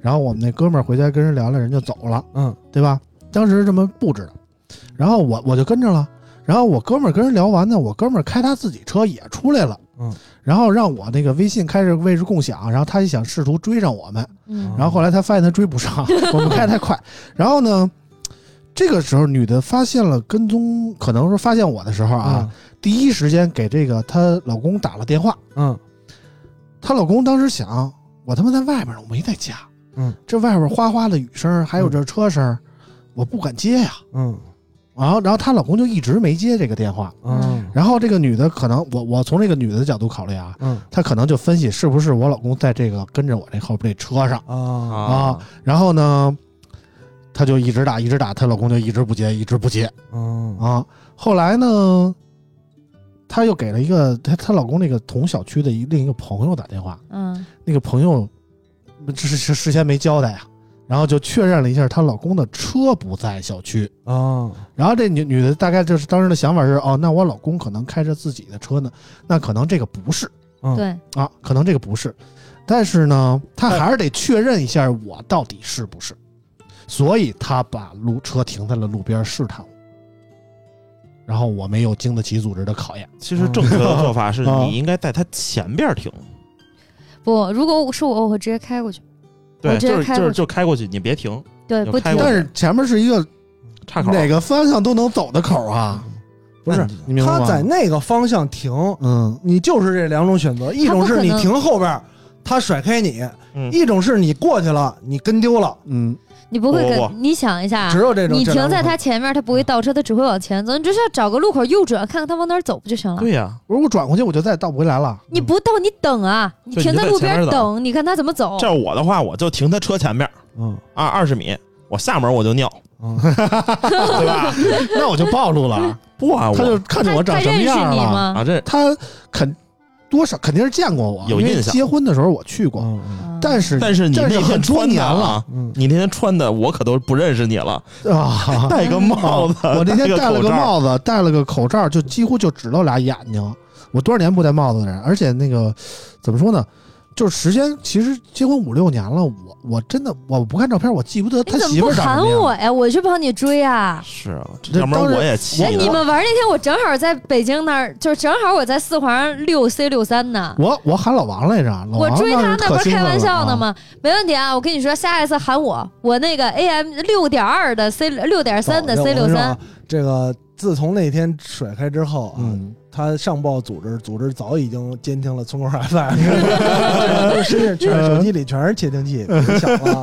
Speaker 3: 然后我们那哥们儿回家跟人聊聊，人就走了，
Speaker 5: 嗯，
Speaker 3: 对吧？当时这么布置的，然后我我就跟着了，然后我哥们儿跟人聊完呢，我哥们儿开他自己车也出来了，
Speaker 5: 嗯，
Speaker 3: 然后让我那个微信开始位置共享，然后他也想试图追上我们，
Speaker 2: 嗯
Speaker 3: 然后后来他发现他追不上， 我们开得太快。然后呢，这个时候女的发现了跟踪，可能是发现我的时候啊，
Speaker 5: 啊，
Speaker 3: 第一时间给这个她老公打了电话。
Speaker 5: 嗯
Speaker 3: 她老公当时想，我他妈在外面呢，我没在家。
Speaker 5: 嗯，
Speaker 3: 这外边哗哗的雨声，还有这车声，我不敢接呀。
Speaker 5: 嗯
Speaker 3: 然后，然后她老公就一直没接这个电话。
Speaker 5: 嗯
Speaker 3: 然后这个女的可能，我我从这个女的角度考虑啊，
Speaker 5: 嗯
Speaker 3: 她可能就分析是不是我老公在这个跟着我这后边这车上。
Speaker 5: 啊
Speaker 3: 啊，然后呢，她就一直打，一直打，她老公就一直不接，一直不接
Speaker 5: 嗯
Speaker 3: 啊。后来呢，她又给了一个她她老公那个同小区的一另一个朋友打电话，
Speaker 2: 嗯，
Speaker 3: 那个朋友这是是事先没交代啊，然后就确认了一下她老公的车不在小区。
Speaker 5: 啊
Speaker 3: 然后这女女的大概就是当时的想法是，哦，那我老公可能开着自己的车呢，那可能这个不是
Speaker 5: 嗯
Speaker 2: 对，
Speaker 3: 啊，可能这个不是，但是呢，他还是得确认一下我到底是不是，所以他把路车停在了路边试探我，然后我没有经得起组织的考验，
Speaker 6: 其实正确的做法是
Speaker 3: 啊
Speaker 6: 你应该在他前边停，
Speaker 2: 不，如果是我，我会直接开过去。
Speaker 6: 对，
Speaker 2: 我直接
Speaker 6: 就是
Speaker 2: 开
Speaker 6: 就
Speaker 2: 过
Speaker 6: 是
Speaker 2: 去
Speaker 6: 就开过去，你别停，
Speaker 2: 对，
Speaker 6: 要
Speaker 2: 不
Speaker 6: 开
Speaker 2: 停
Speaker 6: 过。
Speaker 3: 但是前面是一个
Speaker 6: 岔口。嗯
Speaker 3: 哪个方向都能走的口啊，
Speaker 5: 不是
Speaker 6: 那你
Speaker 3: 你明白
Speaker 5: 他
Speaker 3: 吗？
Speaker 5: 在那个方向停，
Speaker 3: 嗯，
Speaker 5: 你就是这两种选择，一种是你停后边，他甩开你；
Speaker 6: 嗯
Speaker 5: 一种是你过去了，你跟丢了，
Speaker 3: 嗯，
Speaker 2: 你不会
Speaker 6: 不
Speaker 2: 跟
Speaker 6: 不不
Speaker 2: 你想一下啊，
Speaker 5: 只有这种。
Speaker 2: 你
Speaker 5: 这两
Speaker 2: 停
Speaker 5: 种
Speaker 2: 在他前面，他不会倒车，他只会往前走。你就是要找个路口右转，看看他往哪儿走不就行了？
Speaker 6: 对呀，
Speaker 3: 我说我转过去我就再也倒不回来 了。
Speaker 2: 你不倒，你等啊，你
Speaker 6: 对
Speaker 2: 停
Speaker 6: 你
Speaker 2: 在
Speaker 6: 在
Speaker 2: 路
Speaker 6: 前
Speaker 2: 边
Speaker 6: 面等
Speaker 2: 等，你看他怎么走。
Speaker 6: 这我的话，我就停他车前面
Speaker 5: 嗯
Speaker 6: 二二十米，我下门我就尿，
Speaker 5: 嗯，
Speaker 6: 对吧？
Speaker 3: 那我就暴露了，
Speaker 6: 不啊，
Speaker 3: 他就
Speaker 6: 我
Speaker 3: 看着
Speaker 2: 他
Speaker 3: 我
Speaker 2: 他
Speaker 3: 长什么
Speaker 2: 认识
Speaker 3: 样
Speaker 2: 你
Speaker 3: 了。
Speaker 2: 吗？
Speaker 6: 啊这
Speaker 3: 他肯多少肯定是见过我，
Speaker 6: 有
Speaker 3: 因为
Speaker 6: 印象
Speaker 3: 结婚的时候我去过，
Speaker 5: 嗯
Speaker 2: 啊
Speaker 3: 但是
Speaker 6: 但是你
Speaker 3: 但是
Speaker 6: 那天
Speaker 3: 很多
Speaker 6: 穿的
Speaker 3: 年了
Speaker 6: 啊，
Speaker 5: 嗯
Speaker 6: 你那天穿的我可都不认识你了，
Speaker 3: 啊。嗯
Speaker 6: 戴个帽子，
Speaker 3: 我那天戴了
Speaker 6: 口
Speaker 3: 个
Speaker 6: 罩，
Speaker 3: 帽子，戴了个口罩，就几乎就只露俩眼睛。我多少年不戴帽子的人，而且那个怎么说呢，就是时间其实结婚五六年了，我我真的我不看照片，我记不得
Speaker 2: 你
Speaker 3: 他
Speaker 2: 怎
Speaker 3: 媳
Speaker 2: 么
Speaker 3: 妇
Speaker 2: 不
Speaker 3: 儿长
Speaker 2: 喊
Speaker 3: 什么样。
Speaker 2: 我呀？我去帮你追啊！
Speaker 6: 是啊，
Speaker 3: 这
Speaker 6: 要不然
Speaker 3: 当时
Speaker 6: 我也气
Speaker 3: 我
Speaker 2: 哎，
Speaker 6: 了
Speaker 2: 你们玩那天，我正好在北京那儿，就是正好我在四环六 C 六三呢。
Speaker 3: 我我喊老王来着，老
Speaker 2: 我
Speaker 3: 王
Speaker 2: 追他
Speaker 3: 当时
Speaker 2: 那
Speaker 3: 哦可
Speaker 2: 不是
Speaker 3: 兴
Speaker 2: 开
Speaker 3: 奋
Speaker 2: 玩
Speaker 3: 了啊
Speaker 2: 笑呢？吗？没问题啊，我跟你说，下一次喊我，我那个 AM 六点二的 C 六点三的
Speaker 3: 哦
Speaker 5: 早
Speaker 2: C
Speaker 5: 就我
Speaker 2: 六
Speaker 5: 跟你说
Speaker 2: 三
Speaker 5: 啊，这个自从那天甩开之后啊，
Speaker 3: 嗯，
Speaker 5: 他上报组织，组织早已经监听了村 口 FM，这身上全是手机里全是窃听 器，别想了啊，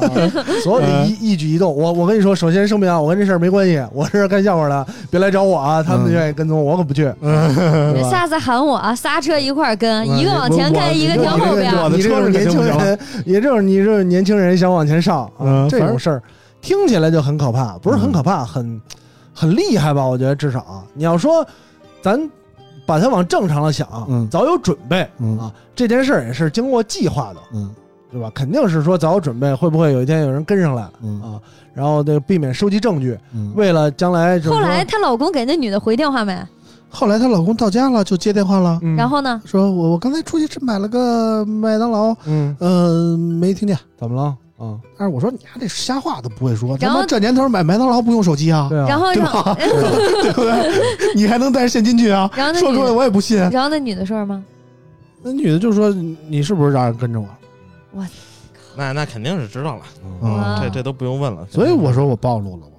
Speaker 5: 所有的一一举一动。我我跟你说，首先声明啊，我跟这事儿没关系，我是干笑话的，别来找我啊，他们
Speaker 3: 嗯
Speaker 5: 愿意跟踪我可不去，对吧
Speaker 2: 下次喊我啊，仨车一块儿跟，
Speaker 5: 嗯
Speaker 2: 一个往前
Speaker 3: 我
Speaker 2: 开，
Speaker 3: 我
Speaker 2: 一个停
Speaker 3: 我
Speaker 2: 后边
Speaker 3: 我。的
Speaker 5: 你这
Speaker 3: 车
Speaker 5: 种
Speaker 3: 是肯
Speaker 5: 年
Speaker 3: 定
Speaker 5: 轻
Speaker 3: 不行
Speaker 5: 人，也就是你这种年轻人想往前上啊
Speaker 3: 嗯，
Speaker 5: 这
Speaker 3: 反正
Speaker 5: 种事儿听起来就很可怕，不是很可怕，很很厉害吧？我觉得至少啊你要说咱把它往正常了想
Speaker 3: 嗯，
Speaker 5: 早有准备
Speaker 3: 嗯
Speaker 5: 啊，这件事儿也是经过计划的，
Speaker 3: 嗯
Speaker 5: 对吧？肯定是说早有准备，会不会有一天有人跟上来
Speaker 3: 嗯
Speaker 5: 啊？然后得避免收集证据，
Speaker 3: 嗯。
Speaker 5: 为了将来就是说
Speaker 2: 后来她老公给那女的回电话没？
Speaker 3: 后来她老公到家了，就接电话了，
Speaker 5: 嗯
Speaker 2: 然后呢？
Speaker 3: 说我我刚才出去吃买了个麦当劳，
Speaker 5: 嗯，
Speaker 3: 嗯，没听见。
Speaker 5: 怎么了？嗯，
Speaker 3: 但是我说你丫这瞎话都不会说，
Speaker 2: 然
Speaker 3: 他
Speaker 2: 后
Speaker 3: 妈这年头买麦当劳不用手机啊，
Speaker 5: 对啊，
Speaker 2: 然后
Speaker 3: 对
Speaker 2: 让
Speaker 3: 吧？ 对不对？ 你还能带着现金去啊？
Speaker 2: 然后那
Speaker 3: 说
Speaker 2: 女
Speaker 3: 出来
Speaker 2: 的，
Speaker 3: 我也不信。
Speaker 2: 然后那女的说什么？
Speaker 3: 那女的就说你是不是让人跟着我？
Speaker 6: 那那肯定是知道了，
Speaker 2: 啊
Speaker 6: 这这都不用问了。
Speaker 3: 所以我说我暴露了我。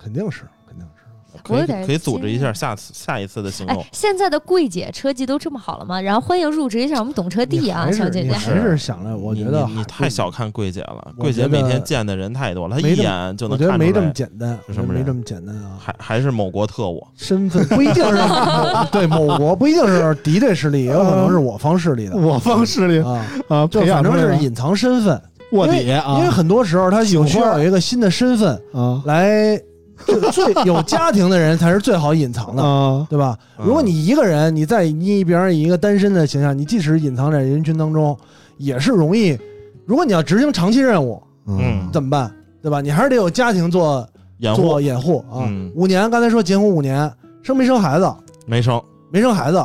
Speaker 5: 肯定是肯定是，
Speaker 6: 可
Speaker 2: 我有
Speaker 6: 以
Speaker 2: 点
Speaker 6: 可以组织一
Speaker 2: 惊
Speaker 6: 下
Speaker 2: 讶
Speaker 6: 下次下一次的行
Speaker 2: 哎
Speaker 5: 哦
Speaker 6: 动，，
Speaker 2: 现在的柜姐车技都这么好了吗？然后欢迎入职一下我们懂车帝啊，
Speaker 5: 你还是
Speaker 2: 小姐
Speaker 5: 你
Speaker 2: 姐。
Speaker 5: 还是想着，我
Speaker 6: 你
Speaker 5: 觉得
Speaker 6: 你你
Speaker 5: 还
Speaker 6: 太小看桂姐了，
Speaker 5: 我
Speaker 6: 桂姐
Speaker 5: 觉得
Speaker 6: 每天见的人太多了，她
Speaker 5: 没
Speaker 6: 一
Speaker 5: 这么
Speaker 6: 眼就
Speaker 5: 我
Speaker 6: 能
Speaker 5: 觉
Speaker 6: 看出来。
Speaker 5: 得没这么简单，
Speaker 6: 是什么
Speaker 5: 没
Speaker 6: 人
Speaker 5: 这么简单啊！
Speaker 6: 还还是某国特务，
Speaker 5: 身份不一 定是某对某国，不一定是敌对势力，也有可能是我方势力的
Speaker 3: 我方势力
Speaker 5: 啊。
Speaker 3: 啊，
Speaker 5: 就
Speaker 3: 嗯培
Speaker 5: 反
Speaker 3: 养
Speaker 5: 正
Speaker 3: 出来
Speaker 5: 是
Speaker 3: 了
Speaker 5: 隐藏身份，
Speaker 3: 卧
Speaker 5: 因为
Speaker 3: 底啊，
Speaker 5: 因为很多时候他有需要有一个新的身份
Speaker 3: 啊
Speaker 5: 来，就最有家庭的人才是最好隐藏的，
Speaker 3: 啊，
Speaker 5: 对吧？
Speaker 6: 嗯
Speaker 5: 如果你一个人，你在你比方以一个单身的形象，你即使隐藏在人群当中，也是容易。如果你要执行长期任务，
Speaker 6: 嗯
Speaker 5: 怎么办？对吧？你还是得有家庭做
Speaker 6: 掩护
Speaker 5: 做掩护啊。
Speaker 6: 嗯
Speaker 5: 五年，刚才说结婚五年，生没生孩子？
Speaker 6: 没生
Speaker 5: 没生孩子，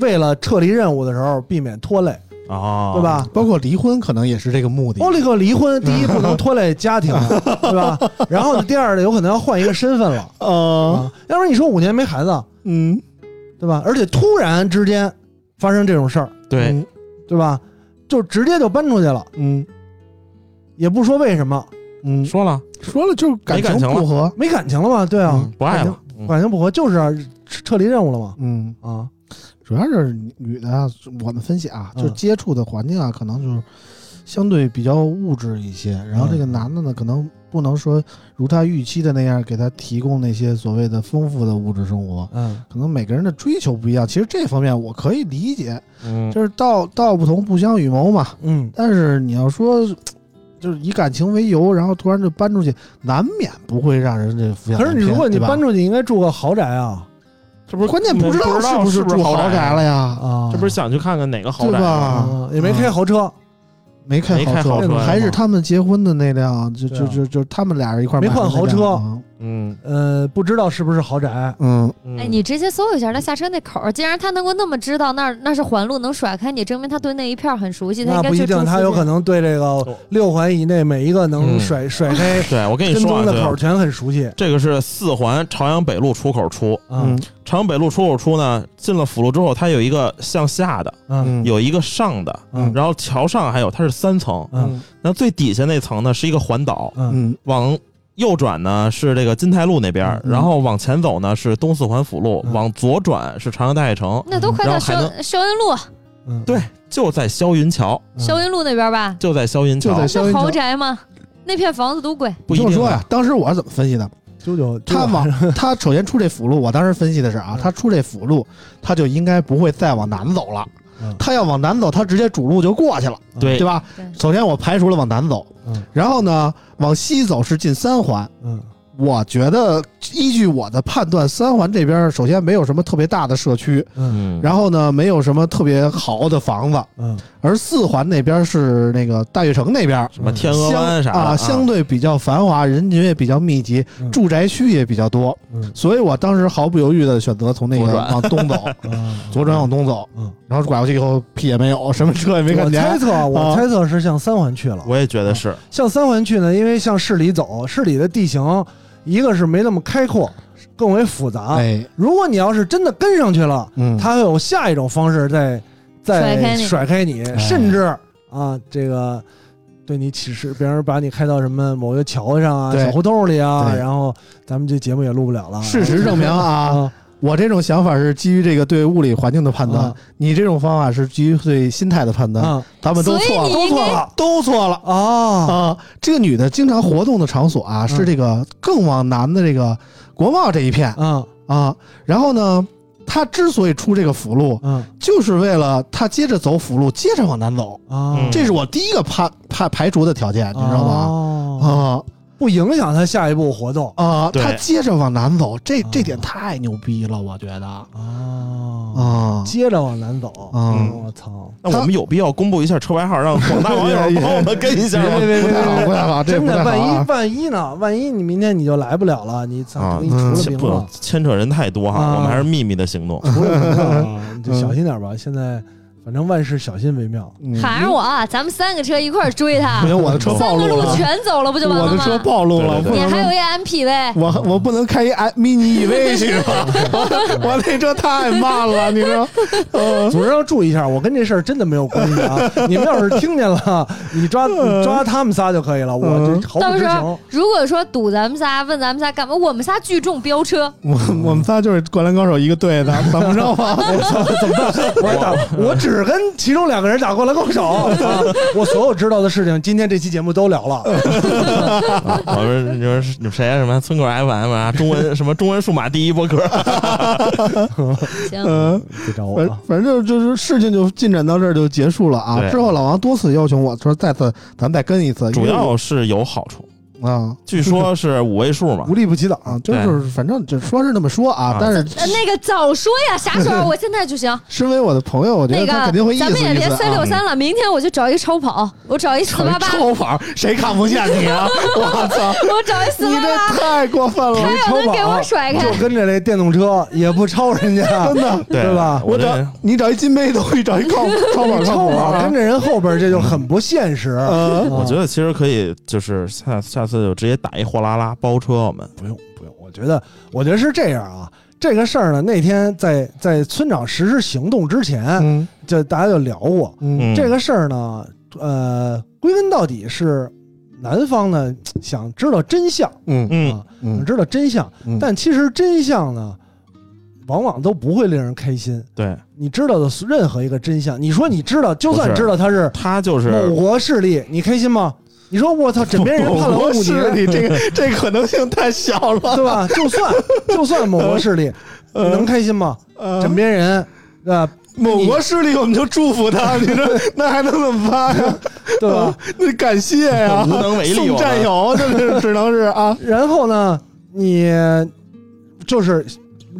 Speaker 5: 为了撤离任务的时候避免拖累，
Speaker 6: 啊，
Speaker 5: 对？吧？
Speaker 3: 包括离婚可能也是这个目的。
Speaker 5: 欧利克离婚，第一不能拖累 家庭，对吧？然后第二呢，有可能要换一个身份了
Speaker 3: 啊，
Speaker 5: 啊，要不然你说五年没孩子，
Speaker 3: 嗯，
Speaker 5: 对吧？而且突然之间发生这种事儿，
Speaker 6: 对，
Speaker 5: 对吧？就直接就搬出去了，
Speaker 3: 嗯，
Speaker 5: 也不说为什么，
Speaker 3: 嗯嗯，
Speaker 6: 说了
Speaker 3: 说了就是感
Speaker 6: 没感
Speaker 3: 情
Speaker 6: 情了
Speaker 3: 不和，
Speaker 5: 没感情了嘛，对啊
Speaker 3: 嗯，
Speaker 6: 不爱了，嗯
Speaker 5: 感情不和就是啊撤离任务了嘛，
Speaker 3: 嗯。
Speaker 5: 啊，
Speaker 3: 主要是女的啊，我们分析啊，
Speaker 5: 嗯
Speaker 3: 就是接触的环境啊，可能就是相对比较物质一些。然后这个男的呢，可能不能说如他预期的那样给他提供那些所谓的丰富的物质生活。
Speaker 5: 嗯
Speaker 3: 可能每个人的追求不一样，其实这方面我可以理解，
Speaker 6: 嗯，
Speaker 3: 就是道道不同不相与谋嘛。
Speaker 5: 嗯，
Speaker 3: 但是你要说，就是以感情为由，然后突然就搬出去，难免不会让人这浮想
Speaker 5: 可是你如果你搬
Speaker 3: 出，
Speaker 5: 出去，应该住个豪宅啊，
Speaker 6: 这不是
Speaker 3: 关键
Speaker 6: 不
Speaker 3: 不知道
Speaker 6: 是
Speaker 3: 不是住豪宅了呀？
Speaker 6: 呀？
Speaker 5: 啊，
Speaker 6: 这不是想去看看哪个豪
Speaker 3: 对
Speaker 6: 宅吗？
Speaker 3: 吧？
Speaker 5: 啊，也没开豪车，
Speaker 3: 没开
Speaker 6: 没开
Speaker 3: 车，嗯
Speaker 6: 豪车
Speaker 3: 还是他们结婚的那辆，就
Speaker 5: 对
Speaker 3: 就
Speaker 5: 啊
Speaker 3: 就就他们俩人一块儿
Speaker 5: 没
Speaker 3: 买的
Speaker 5: 换豪
Speaker 3: 那辆
Speaker 5: 车
Speaker 3: 啊
Speaker 6: 嗯
Speaker 5: 呃，不知道是不是豪宅，
Speaker 3: 嗯，
Speaker 6: 嗯
Speaker 2: 哎，你直接搜一下他下车那口儿，既然他能够那么知道那儿那是环路，能甩开你，证明他对那一片儿很熟悉。他
Speaker 5: 那
Speaker 2: 应该
Speaker 5: 不一
Speaker 2: 就
Speaker 5: 定，
Speaker 2: 住
Speaker 5: 他
Speaker 2: 附
Speaker 5: 有
Speaker 2: 近
Speaker 5: 可能对这个
Speaker 6: 哦
Speaker 5: 六环以内每一个能
Speaker 6: 嗯
Speaker 5: 甩、甩开
Speaker 6: 对我
Speaker 3: 嗯
Speaker 6: 跟你
Speaker 5: 跟
Speaker 6: 说
Speaker 5: 踪
Speaker 6: 啊，
Speaker 5: 的口
Speaker 6: 对
Speaker 5: 儿全很熟悉
Speaker 6: 这个是四环朝阳北路出口出，
Speaker 5: 啊
Speaker 3: 嗯
Speaker 6: 朝阳北路出口出呢，进了辅路之后，它有一个向下的，
Speaker 5: 嗯
Speaker 3: 嗯
Speaker 6: 有一个上的，
Speaker 5: 嗯
Speaker 6: 然后桥上还有它是三层，
Speaker 5: 嗯
Speaker 6: 那最底下那层呢是一个环岛，
Speaker 5: 嗯
Speaker 3: 嗯
Speaker 6: 往右转呢是这个金泰路那边儿，
Speaker 5: 嗯
Speaker 6: 然后往前走呢是东四环辅路，
Speaker 5: 嗯
Speaker 6: 往左转是朝阳大悦城，
Speaker 2: 那都快
Speaker 6: 然
Speaker 2: 到
Speaker 6: 后还
Speaker 2: 肖肖恩路、
Speaker 5: 嗯，
Speaker 6: 对就在霄云桥，
Speaker 2: 肖恩路那边吧？
Speaker 6: 就在霄云
Speaker 3: 就
Speaker 6: 桥
Speaker 3: 在，肖
Speaker 2: 是
Speaker 3: 云
Speaker 2: 豪
Speaker 3: 桥。
Speaker 2: 宅吗？那片房子都贵，
Speaker 6: 不一
Speaker 3: 听我
Speaker 6: 定
Speaker 3: 说
Speaker 6: 啊
Speaker 3: 呀，当时我是怎么分析的？
Speaker 5: 九九
Speaker 3: 他
Speaker 5: 嘛，
Speaker 3: 往他首先出这辅路，我当时分析的是
Speaker 5: 嗯
Speaker 3: 啊，他出这辅路，他就应该不会再往南走了
Speaker 5: 嗯。
Speaker 3: 他要往南走，他直接主路就过去了，
Speaker 6: 对
Speaker 3: 对吧
Speaker 2: 对？
Speaker 3: 首先我排除了往南走
Speaker 5: 嗯，
Speaker 3: 然后呢，往西走是进三环，
Speaker 5: 嗯
Speaker 3: 我觉得依据我的判断，三环这边首先没有什么特别大的社区，
Speaker 5: 嗯
Speaker 6: 嗯，
Speaker 3: 然后呢没有什么特别豪的房子，
Speaker 5: 嗯
Speaker 3: 而四环那边是那个大悦城那边，
Speaker 6: 什么天鹅湾
Speaker 3: 相
Speaker 6: 啥的
Speaker 3: 啊，相对比较繁华，人群也比较密集
Speaker 5: 嗯，
Speaker 3: 住宅区也比较多，
Speaker 5: 嗯
Speaker 3: 所以我当时毫不犹豫的选择从那个
Speaker 6: 左转
Speaker 3: 往东 走，
Speaker 5: 嗯，
Speaker 3: 左转往东走
Speaker 5: 嗯，
Speaker 3: 然后拐过去以后屁也没有，什么车也没
Speaker 5: 我
Speaker 3: 看
Speaker 5: 猜
Speaker 3: 见，
Speaker 5: 测，我
Speaker 3: 啊
Speaker 5: 猜测是向三环去了。
Speaker 6: 我也觉得是，
Speaker 5: 向三环去呢，因为向市里走，市里的地形一个是没那么开阔，更为复杂。
Speaker 3: 哎，
Speaker 5: 如果你要是真的跟上去了，
Speaker 3: 嗯，
Speaker 5: 他会有下一种方式再
Speaker 2: 甩开
Speaker 5: 再
Speaker 2: 你
Speaker 5: 甩开你，
Speaker 3: 哎
Speaker 5: 甚至啊这个。对你起誓，比方说把你开到什么某个桥上啊、
Speaker 3: 对
Speaker 5: 小胡同里啊，
Speaker 3: 对
Speaker 5: 然后咱们这节目也录不了了。
Speaker 3: 事实证明啊，
Speaker 5: 啊，
Speaker 3: 我这种想法是基于这个对物理环境的判断，
Speaker 5: 啊
Speaker 3: 你这种方法是基于对心态的判断，
Speaker 5: 啊
Speaker 3: 他们都
Speaker 2: 所以
Speaker 3: 错
Speaker 2: 你
Speaker 3: 了，
Speaker 2: 应该
Speaker 3: 都错了
Speaker 5: 啊
Speaker 3: 啊！这个女的经常活动的场所啊，是这个更往南的这个国贸这一片
Speaker 5: 啊
Speaker 3: 啊。然后呢，她之所以出这个辅路，
Speaker 5: 啊
Speaker 3: 就是为了她接着走辅路，接着往南走，
Speaker 5: 啊！
Speaker 3: 这是我第一个判判排除的条件，你知道吗？
Speaker 5: 吗？
Speaker 3: 啊
Speaker 5: 不影响他下一步活动
Speaker 3: 啊！
Speaker 6: 对
Speaker 3: 她接着往南走，这这点
Speaker 5: 啊
Speaker 3: 太牛逼了，我觉得啊
Speaker 5: 啊，
Speaker 3: 啊
Speaker 5: 接着往南走。哦
Speaker 6: 嗯
Speaker 5: 我操！
Speaker 6: 那我们有必要公布一下车牌号，让广 大网友帮我们跟一下吗？
Speaker 3: 不太好，不太好，这
Speaker 5: 真
Speaker 3: 不
Speaker 5: 的，
Speaker 3: 太好
Speaker 5: 万
Speaker 3: 啊
Speaker 5: 一！万一呢？万一你明天你就来不了了，你操，
Speaker 6: 啊
Speaker 5: 你除了
Speaker 3: 这
Speaker 5: 名
Speaker 6: 不能
Speaker 5: 了，
Speaker 6: 牵扯人太多哈，
Speaker 5: 啊
Speaker 6: 我们还是秘密的行动。
Speaker 5: 除了名了，嗯你就小心点吧。现在反正万事小心为妙。
Speaker 3: 嗯
Speaker 2: 喊上我啊，咱们三个车一块儿追他
Speaker 3: 不，行，我的车暴
Speaker 2: 三个
Speaker 3: 露
Speaker 2: 路
Speaker 3: 了，
Speaker 2: 全走了不就完
Speaker 3: 我
Speaker 2: 了
Speaker 3: 的车
Speaker 2: 吗？
Speaker 3: 暴露了，
Speaker 6: 对对
Speaker 3: 不
Speaker 2: 你
Speaker 3: 能
Speaker 2: 还有一 MPV，
Speaker 3: 我我不能开一 i mini EV ，E 去吧，我那车太慢了，你说？嗯
Speaker 5: 总之要注意一下，我跟这事儿真的没有关系啊！你们要是听见了，你抓
Speaker 3: 嗯
Speaker 5: 你抓他们仨就可以了，我这毫不
Speaker 2: 到
Speaker 5: 知
Speaker 2: 时
Speaker 5: 情
Speaker 2: 候。如果说堵咱们仨，问咱们仨干嘛？我们仨聚众飙车，
Speaker 3: 我我们仨就是《灌篮高手》一个队的，怎么着吧？
Speaker 5: 我操，怎么办？我打，我只跟其中两个人打过来高手 啊！我所有知道的事情，今天这期节目都聊了。
Speaker 3: 嗯
Speaker 6: 啊 我说你说是你们谁啊？什么村口 FM 啊？中文什么中文数码第一播客？
Speaker 3: 啊
Speaker 2: 行，
Speaker 3: 嗯，
Speaker 5: 别找我
Speaker 3: 反
Speaker 5: 啊！
Speaker 3: 反正就是事情就进展到这儿就结束了啊。
Speaker 6: 对
Speaker 3: 之后老王多次要求我说，再次咱们再跟一次，
Speaker 6: 主
Speaker 3: 因为
Speaker 6: 要是有好处，
Speaker 3: 我啊
Speaker 6: 据说是五 位数嘛
Speaker 3: 无。利不起早，就
Speaker 6: 对
Speaker 3: 是反正就说是那么说啊
Speaker 6: 啊，
Speaker 3: 但是
Speaker 2: 呃那个早说 呀，啥时候？我现在就行。
Speaker 3: 身为我的朋友，我觉
Speaker 2: 那
Speaker 3: 得
Speaker 2: 个
Speaker 3: 他肯定会意思
Speaker 2: 咱
Speaker 3: 意
Speaker 2: 们也别
Speaker 3: 思
Speaker 2: 三
Speaker 3: 啊
Speaker 2: 六。三了，明天我就找一超跑，我找一四八八，
Speaker 3: 超跑谁看不见你 啊？我操！
Speaker 2: 我找一四
Speaker 3: 你
Speaker 2: 八
Speaker 3: 这
Speaker 2: 八，
Speaker 3: 太过分了！
Speaker 2: 他要能给我甩开
Speaker 5: 就，跟着这电动车也不超人家，
Speaker 3: 真的，
Speaker 6: 对
Speaker 5: 对吧
Speaker 3: 我
Speaker 6: 我
Speaker 3: 找
Speaker 6: 这
Speaker 3: 你找一金杯都可以找一靠超跑
Speaker 5: 超
Speaker 3: 靠谱
Speaker 5: 跑
Speaker 3: 啊
Speaker 5: 跟！着人后边这就很不现实。
Speaker 3: 呃，
Speaker 6: 我觉
Speaker 5: 得
Speaker 6: 得其实可以，就是下下次就直接打一货拉拉包车我们。
Speaker 5: 不用不用，我觉得我觉得是这样啊。这个事儿呢，那天在在村长实施行动之前，
Speaker 3: 嗯
Speaker 5: 就大家就聊过
Speaker 3: 嗯
Speaker 6: 嗯
Speaker 5: 这个事儿呢。呃，归根到底是南方呢想知道真相，
Speaker 3: 嗯
Speaker 6: 嗯，
Speaker 5: 想
Speaker 3: 嗯
Speaker 5: 知道真相，
Speaker 3: 嗯
Speaker 5: 但其实真相呢，往往都不会令人开心。
Speaker 6: 对，
Speaker 5: 你知道的任何一个真相，你说你知道，就算
Speaker 6: 不是
Speaker 5: 知道他是
Speaker 6: 他就是
Speaker 5: 某国势力，你开心吗？你说我操，枕边人判了
Speaker 3: 我
Speaker 5: 五
Speaker 3: 是
Speaker 5: 年，
Speaker 3: 你这个这可能性太小 了。
Speaker 5: 对吧？就算就算某国势力，你能开心吗？
Speaker 3: 呃
Speaker 5: 枕，边人，呃，
Speaker 3: 某国势力我们就祝福他，你说那还能怎么办呀？
Speaker 5: 对吧？
Speaker 3: 那感谢呀，
Speaker 6: 无能为力我
Speaker 3: 送
Speaker 6: 们
Speaker 3: 战友，这是只能是啊，
Speaker 5: 然后呢，你就是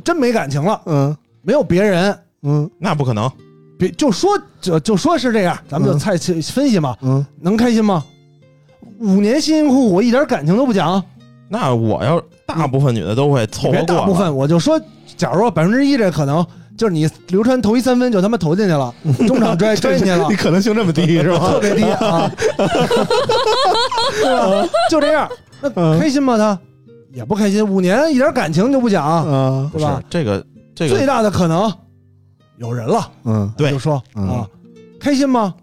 Speaker 5: 真没感情了，
Speaker 3: 嗯
Speaker 5: 没有别人，
Speaker 3: 嗯
Speaker 6: 那不可能，
Speaker 5: 别就说就就说是这样，咱们就
Speaker 3: 嗯
Speaker 5: 猜分析嘛，
Speaker 3: 嗯
Speaker 5: 能开心吗？五年辛辛苦苦，一点感情都不讲，
Speaker 6: 那我要大部分女的都会凑合
Speaker 5: 别
Speaker 6: 过了
Speaker 5: 大部分，我就说，假如说百分之一这可能，就是你刘川投一三分就他妈投进去了，中场拽拽进去 了
Speaker 3: 你，可能性这么低是吧？
Speaker 5: 特别低 啊，对吧？就这样，那
Speaker 3: 嗯
Speaker 5: 开心吗？他也不开心，五年一点感情就不讲，
Speaker 3: 嗯
Speaker 6: 不
Speaker 5: 对
Speaker 6: 是
Speaker 5: 吧？
Speaker 6: 这个这
Speaker 5: 最
Speaker 6: 个
Speaker 5: 大的可能有人了，
Speaker 3: 嗯，
Speaker 6: 对
Speaker 5: 就说
Speaker 3: 嗯
Speaker 5: 啊，开心吗？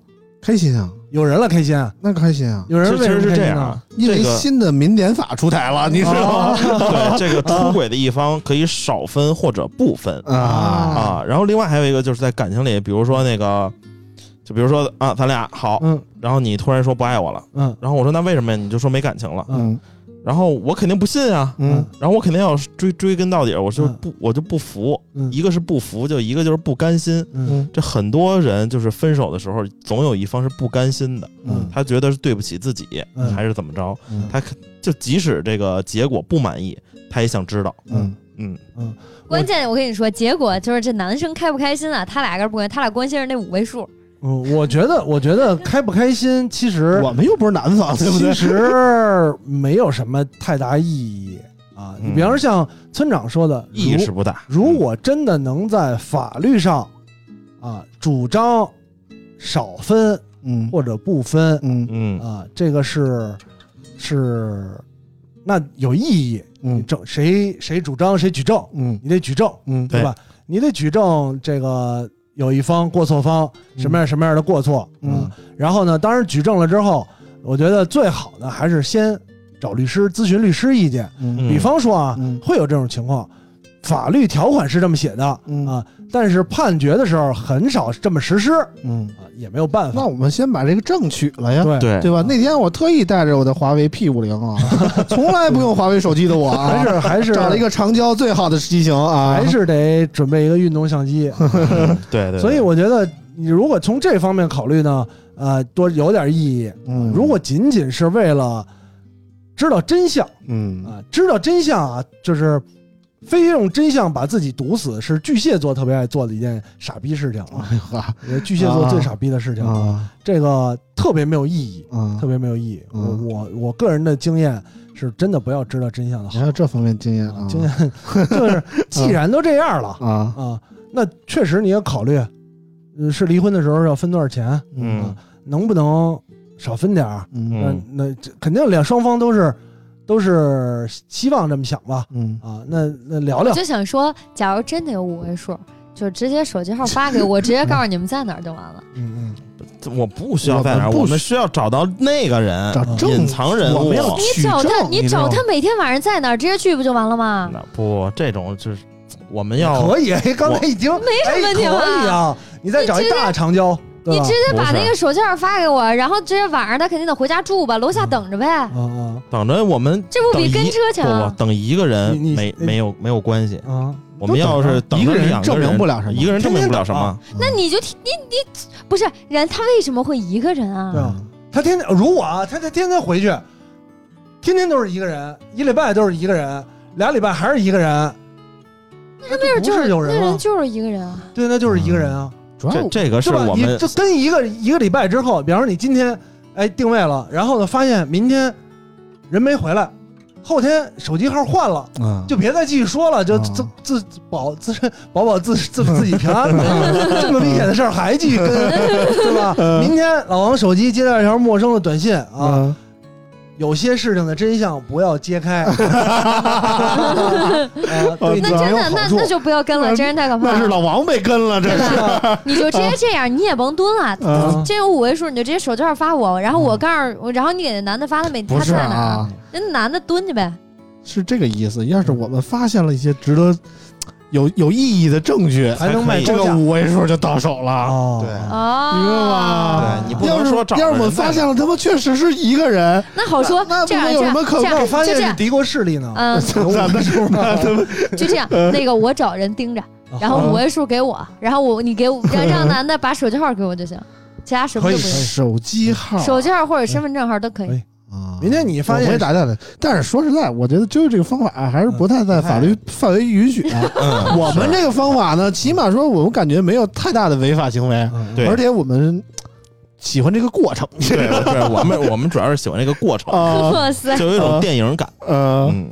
Speaker 3: 开心啊，
Speaker 5: 有人了，开心，
Speaker 3: 那开心啊，
Speaker 5: 有人
Speaker 6: 其
Speaker 5: 为什么
Speaker 6: 实是
Speaker 5: 开
Speaker 6: 这
Speaker 5: 心
Speaker 6: 样
Speaker 5: 呢
Speaker 6: 啊？，
Speaker 3: 因为
Speaker 6: 这个
Speaker 3: 新的民典法出台了，你知道吗？
Speaker 6: 啊
Speaker 5: 哦
Speaker 6: 对 这个出轨的一方可以少分或者不分
Speaker 3: 啊
Speaker 6: 啊。然后另外还有一个就是在感情里，比如说那个，就比如说啊，咱俩好，
Speaker 5: 嗯
Speaker 6: 然后你突然说不爱我了，
Speaker 5: 嗯
Speaker 6: 然后我说那为什么呀？你就说没感情了，
Speaker 3: 嗯
Speaker 6: 然后我肯定不信啊，
Speaker 3: 嗯
Speaker 6: 然后我肯定要追追根到底，我就
Speaker 5: 嗯
Speaker 6: 不我就不服，
Speaker 5: 嗯
Speaker 6: 一个是不服，就一个就是不甘心。
Speaker 5: 嗯
Speaker 6: 这很多人就是分手的时候，总有一方是不甘心的，
Speaker 5: 嗯
Speaker 6: 他觉得是对不起自己，
Speaker 5: 嗯
Speaker 6: 还是怎么着？
Speaker 3: 嗯
Speaker 6: 他可就即使这个结果不满意，他也想知道。
Speaker 3: 嗯
Speaker 6: 嗯，
Speaker 2: 关键我跟你说，结果就是这男生开不开心啊？他俩个人不开心，他俩关心是那五位数。
Speaker 5: 嗯，我觉得，我觉得开不开心，其实
Speaker 3: 我们又不是南方，对不对
Speaker 5: 其？实没有什么太大意义啊。你
Speaker 6: 嗯
Speaker 5: 比方说像村长说的，
Speaker 6: 意义
Speaker 5: 如
Speaker 6: 是不大。
Speaker 5: 如果真的能在法律上啊主张少分
Speaker 3: 嗯
Speaker 5: 或者不分
Speaker 3: 嗯
Speaker 6: 嗯，嗯
Speaker 5: 啊，这个是是那有意义。你
Speaker 3: 嗯
Speaker 5: 证谁谁主张谁举证，
Speaker 3: 嗯
Speaker 5: 你得举证，
Speaker 3: 嗯，
Speaker 5: 对吧？你得举证这个有一方过错方什么样什么样的过错，
Speaker 3: 嗯
Speaker 5: 啊然后呢，当然举证了之后，我觉得最好呢还是先找律师咨询律师意见。
Speaker 3: 嗯
Speaker 6: 嗯
Speaker 5: 比方说啊，
Speaker 3: 嗯
Speaker 5: 会有这种情况，法律条款是这么写的、
Speaker 3: 嗯
Speaker 5: 啊，但是判决的时候很少这么实施啊，
Speaker 3: 嗯，
Speaker 5: 也没有办
Speaker 3: 那
Speaker 5: 法。
Speaker 3: 我们先把这个证取了呀。
Speaker 5: 对，
Speaker 6: 对
Speaker 3: 对吧？那天我特意带着我的华为 P 五零 啊，从来不用华为手机的我啊，
Speaker 5: 还是还是
Speaker 3: 找了一个长焦最好的机型啊，
Speaker 5: 还是得准备一个运动相机。
Speaker 6: 嗯对对，
Speaker 5: 所以
Speaker 6: 对
Speaker 5: 我觉得，你如果从这方面考虑呢，呃，多有点意义。
Speaker 3: 嗯，
Speaker 5: 如果仅仅是为了知道真相
Speaker 3: 嗯
Speaker 5: 啊，知道真相啊，就是非用真相把自己毒死，是巨蟹座特别爱做的一件傻逼事情啊！
Speaker 3: 啊
Speaker 5: 我觉得巨蟹座最傻逼的事情，
Speaker 3: 啊
Speaker 5: 这个特别没有意义，
Speaker 3: 啊
Speaker 5: 特，别没有意义。我
Speaker 3: 嗯
Speaker 5: 我我个人的经验是真的不要知道真相的
Speaker 3: 你
Speaker 5: 好
Speaker 3: 还有这方面经验
Speaker 5: 啊
Speaker 3: 啊？
Speaker 5: 经验 就是
Speaker 3: 嗯
Speaker 5: 既然都这样了
Speaker 3: 啊，
Speaker 5: 啊，那确实你也考虑，呃是离婚的时候要分多少钱，
Speaker 6: 嗯
Speaker 5: 能不能少分点儿？
Speaker 3: 嗯
Speaker 5: 那那这肯定两双方都是都是希望这么想吧？
Speaker 3: 嗯
Speaker 5: 啊，那那聊聊
Speaker 2: 我就想说，假如真的有五位数，就直接手机号发给我，直接告诉你们在哪儿就完了。
Speaker 3: 嗯
Speaker 6: 我不需要在哪儿，
Speaker 3: 我们不
Speaker 6: 我们需要找到那个人，
Speaker 3: 找证
Speaker 6: 隐藏人
Speaker 3: 我
Speaker 6: 物
Speaker 3: 们。要
Speaker 2: 你
Speaker 3: 取
Speaker 2: 找
Speaker 3: 证
Speaker 2: 他，
Speaker 3: 哦你知道
Speaker 2: 找
Speaker 3: 吗
Speaker 2: 他每天晚上在哪儿，直接去不就完了吗？
Speaker 6: 那不，这种就是我们
Speaker 3: 嗯
Speaker 6: 要
Speaker 5: 可以。哎，刚才已经没
Speaker 2: 什么问
Speaker 5: 哎、
Speaker 2: 题吧
Speaker 5: 可以啊，你再找一大长焦，对
Speaker 2: 你
Speaker 5: 吧
Speaker 2: 直？接把
Speaker 6: 不是
Speaker 2: 那个手机号发给我，然后直接晚上他肯定得回家住吧，楼下等着呗。
Speaker 5: 啊
Speaker 6: 等着我们
Speaker 2: 这不
Speaker 6: 等
Speaker 2: 比
Speaker 6: 一
Speaker 2: 跟车
Speaker 6: 不不
Speaker 2: 强？啊
Speaker 6: 等一个人
Speaker 5: 你你哎
Speaker 6: 没
Speaker 5: 你
Speaker 6: 没有没有关系
Speaker 5: 啊，啊！
Speaker 6: 我们要是等
Speaker 3: 一
Speaker 6: 着
Speaker 3: 个
Speaker 6: 两
Speaker 3: 人证明不
Speaker 6: 了
Speaker 3: 了什么，
Speaker 6: 一个人证明不了什么，
Speaker 2: 那你就你你不是人，他为什么会一个人啊？
Speaker 5: 对啊，
Speaker 3: 嗯
Speaker 5: 他天天如我啊，他他天天回去，天天都是一个人，一礼拜都是一个人，俩礼拜还是一个人，那
Speaker 2: 那人
Speaker 5: 不
Speaker 2: 就是
Speaker 5: 有人
Speaker 2: 那
Speaker 5: 了
Speaker 2: 人，就是一个人啊。
Speaker 5: 对，那就是一个人啊。
Speaker 3: 主要
Speaker 6: 这这个是
Speaker 5: 是吧？
Speaker 6: 我
Speaker 5: 你
Speaker 6: 们
Speaker 5: 就跟一个一个礼拜之后，比方说你今天哎定位了，然后呢发现明天哎人没回来，后天手机号换了，
Speaker 3: 啊
Speaker 5: 就别再继续说了，就
Speaker 3: 啊
Speaker 5: 自自自保自身保保自自自己平安吧。 这么危险的事儿还继续跟，对吧？明天老王手机接到一条陌生的短信啊，
Speaker 3: 啊
Speaker 5: 有些事情的真相不要揭开，啊， 对
Speaker 2: 那
Speaker 5: 你
Speaker 3: 对
Speaker 2: 真
Speaker 3: 很有
Speaker 2: 的，那
Speaker 3: 好处
Speaker 2: 那就不要跟了，
Speaker 3: 那
Speaker 2: 真是太可怕
Speaker 3: 那是
Speaker 2: 了，
Speaker 3: 老啊王被跟了，这
Speaker 2: 对
Speaker 3: 是
Speaker 2: 吧？ 你就直接这样，你也甭蹲了。
Speaker 5: 嗯
Speaker 3: 啊
Speaker 2: 这有五位数，你就直接手机号发我，然后我告诉我，然后你给那男的发他每
Speaker 3: 嗯
Speaker 2: 他
Speaker 3: 不是
Speaker 2: 在哪
Speaker 3: 啊
Speaker 2: 儿啊？？那男的蹲去呗。
Speaker 3: 是这个意思。要是我们发现了一些值得有有意义的证据，哎
Speaker 5: 还能卖
Speaker 6: 还可以
Speaker 3: 这
Speaker 5: 高
Speaker 3: 个
Speaker 5: 价
Speaker 3: 五啊位数就到手了。
Speaker 5: 哦
Speaker 6: 对
Speaker 2: 哦，
Speaker 3: 明白吗
Speaker 6: 对你不能
Speaker 3: 要是
Speaker 6: 说找
Speaker 3: 要是
Speaker 6: 人
Speaker 3: 我们
Speaker 6: 在
Speaker 3: 发
Speaker 6: 哪
Speaker 3: 现了他妈确实是一个人，
Speaker 2: 那好说，
Speaker 3: 那那不
Speaker 2: 这样
Speaker 3: 能有什
Speaker 2: 这样
Speaker 3: 么可
Speaker 2: 这
Speaker 5: 那
Speaker 2: 样
Speaker 5: 我发
Speaker 2: 就
Speaker 5: 现
Speaker 2: 这
Speaker 5: 是
Speaker 2: 样
Speaker 5: 敌国势力呢。
Speaker 2: 嗯，
Speaker 3: 咱们是不是？
Speaker 2: 就这样。
Speaker 3: 嗯
Speaker 2: 那个我找人盯着，嗯
Speaker 5: 哦
Speaker 2: 然后五位数给我，然后我你给我让让男的把手机号给我就行，其他什么都不用。
Speaker 3: 手机号，
Speaker 2: 手机号或者身份证号都可
Speaker 5: 可
Speaker 2: 以
Speaker 5: 以。
Speaker 6: 嗯
Speaker 3: 啊
Speaker 5: 明天你发
Speaker 3: 我
Speaker 5: 现
Speaker 3: 会打电话的。但是说实在，我觉得就是这个方法啊还是不太在法律范围允许 啊。
Speaker 6: 嗯，
Speaker 3: 我们这个方法呢，起码说我们感觉没有太大的违法行为，
Speaker 5: 嗯
Speaker 6: 对
Speaker 3: 而且我们喜欢这个过程
Speaker 6: 对对， 我们我们主要是喜欢这个过程，
Speaker 5: 哦
Speaker 3: 啊，
Speaker 2: 哇塞，
Speaker 6: 就有一种电影感。
Speaker 3: 呃，
Speaker 6: 嗯，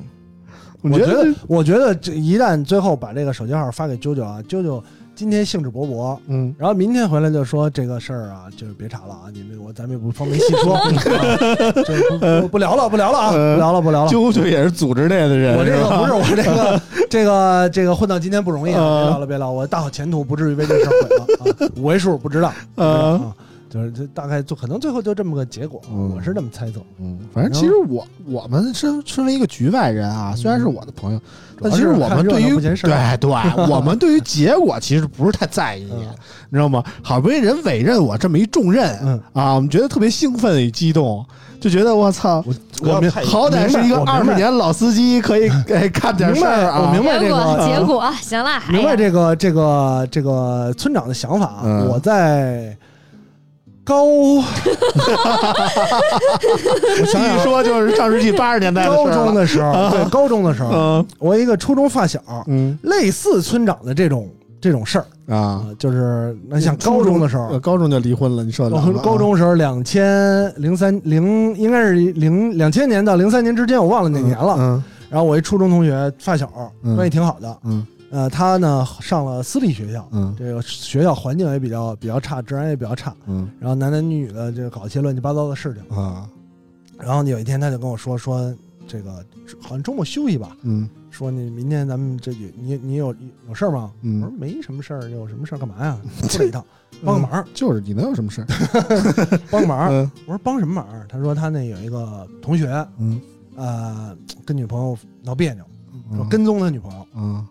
Speaker 3: 我
Speaker 5: 我
Speaker 3: 觉
Speaker 5: 觉
Speaker 3: 得
Speaker 5: 得，我觉得这一旦最后把这个手机号发给啾啾啊，啾啾今天兴致勃勃，
Speaker 3: 嗯，
Speaker 5: 然后明天回来就说这个事儿啊，就是别查了啊，你们我咱们也不方便细说，啊这不不不聊了，不聊了啊，
Speaker 3: 呃
Speaker 5: 不聊了，不聊了。
Speaker 3: 啾啾也是组织内的人，
Speaker 5: 我这
Speaker 3: 是
Speaker 5: 个
Speaker 3: 吧
Speaker 5: 不是我这个这个这个混到今天不容易啊，
Speaker 3: 呃
Speaker 5: 别聊了别聊了，我大好前途不至于为这事儿毁了啊，五位数不知道，不知道啊，就是这大概就可能最后就这么个结果，
Speaker 3: 嗯
Speaker 5: 我是这么猜测。
Speaker 3: 嗯，反正其实我我们身身为一个局外人啊，虽然是我的朋友，但其实我们对
Speaker 5: 主要是看热
Speaker 3: 于
Speaker 5: 闹不嫌事
Speaker 3: 对
Speaker 5: 儿
Speaker 3: 对，我们对于结果其实不是太在意，
Speaker 5: 嗯
Speaker 3: 你知道吗？好不容易人委任我这么一重任，
Speaker 5: 嗯
Speaker 3: 啊，我们觉得特别兴奋与激动，就觉得我操，
Speaker 5: 我
Speaker 6: 我
Speaker 5: 明
Speaker 3: 好歹是一个
Speaker 5: 我明白
Speaker 3: 二十年老司机，可以哎干点
Speaker 5: 明
Speaker 3: 事儿
Speaker 5: 白，我
Speaker 3: 啊。
Speaker 5: 明白这
Speaker 2: 结
Speaker 5: 个
Speaker 2: 果，结果行了，
Speaker 5: 明
Speaker 2: 哎
Speaker 5: 白
Speaker 2: 呀
Speaker 5: 这个这个这个村长的想法啊，
Speaker 3: 嗯
Speaker 5: 我在高
Speaker 3: 一说就是上世纪八十年代的
Speaker 5: 高
Speaker 3: 事儿
Speaker 5: 中
Speaker 3: 了，
Speaker 5: 的时 候，对高中的时候，
Speaker 3: 嗯
Speaker 5: 我一个初中发小，
Speaker 3: 嗯
Speaker 5: 类似村长的这种这种事儿
Speaker 3: 啊，
Speaker 5: 啊，就是那像高中的时
Speaker 3: 呃
Speaker 5: 候。
Speaker 3: 高中就离婚了，你受得了啊吗？
Speaker 5: 高中的时候，两千零三零应该是零两千年到零三年之间，我忘了哪年了。
Speaker 3: 嗯
Speaker 5: 然后我一初中同学发小，
Speaker 3: 嗯
Speaker 5: 关系挺好的。
Speaker 3: 嗯
Speaker 5: 呃，他呢上了私立学校，
Speaker 3: 嗯
Speaker 5: 这个学校环境也比较比较差，治安也比较差，
Speaker 3: 嗯
Speaker 5: 然后男男女女的就搞一些乱七八糟的事情。
Speaker 3: 嗯啊
Speaker 5: 然后有一天他就跟我说说这个好像周末休息吧，
Speaker 3: 嗯
Speaker 5: 说你明天咱们这有你你有有事儿吗？
Speaker 3: 嗯
Speaker 5: 我说没什么事儿，有什么事儿 干嘛呀？不理他，帮个忙，
Speaker 3: 就是你能有什么事儿？
Speaker 5: 帮个忙。
Speaker 3: 嗯
Speaker 5: 我说帮什么忙？啊他说他那有一个同学，
Speaker 3: 嗯，
Speaker 5: 呃，跟女朋友闹别扭，说
Speaker 3: 嗯
Speaker 5: 跟踪他女朋友。
Speaker 3: 嗯，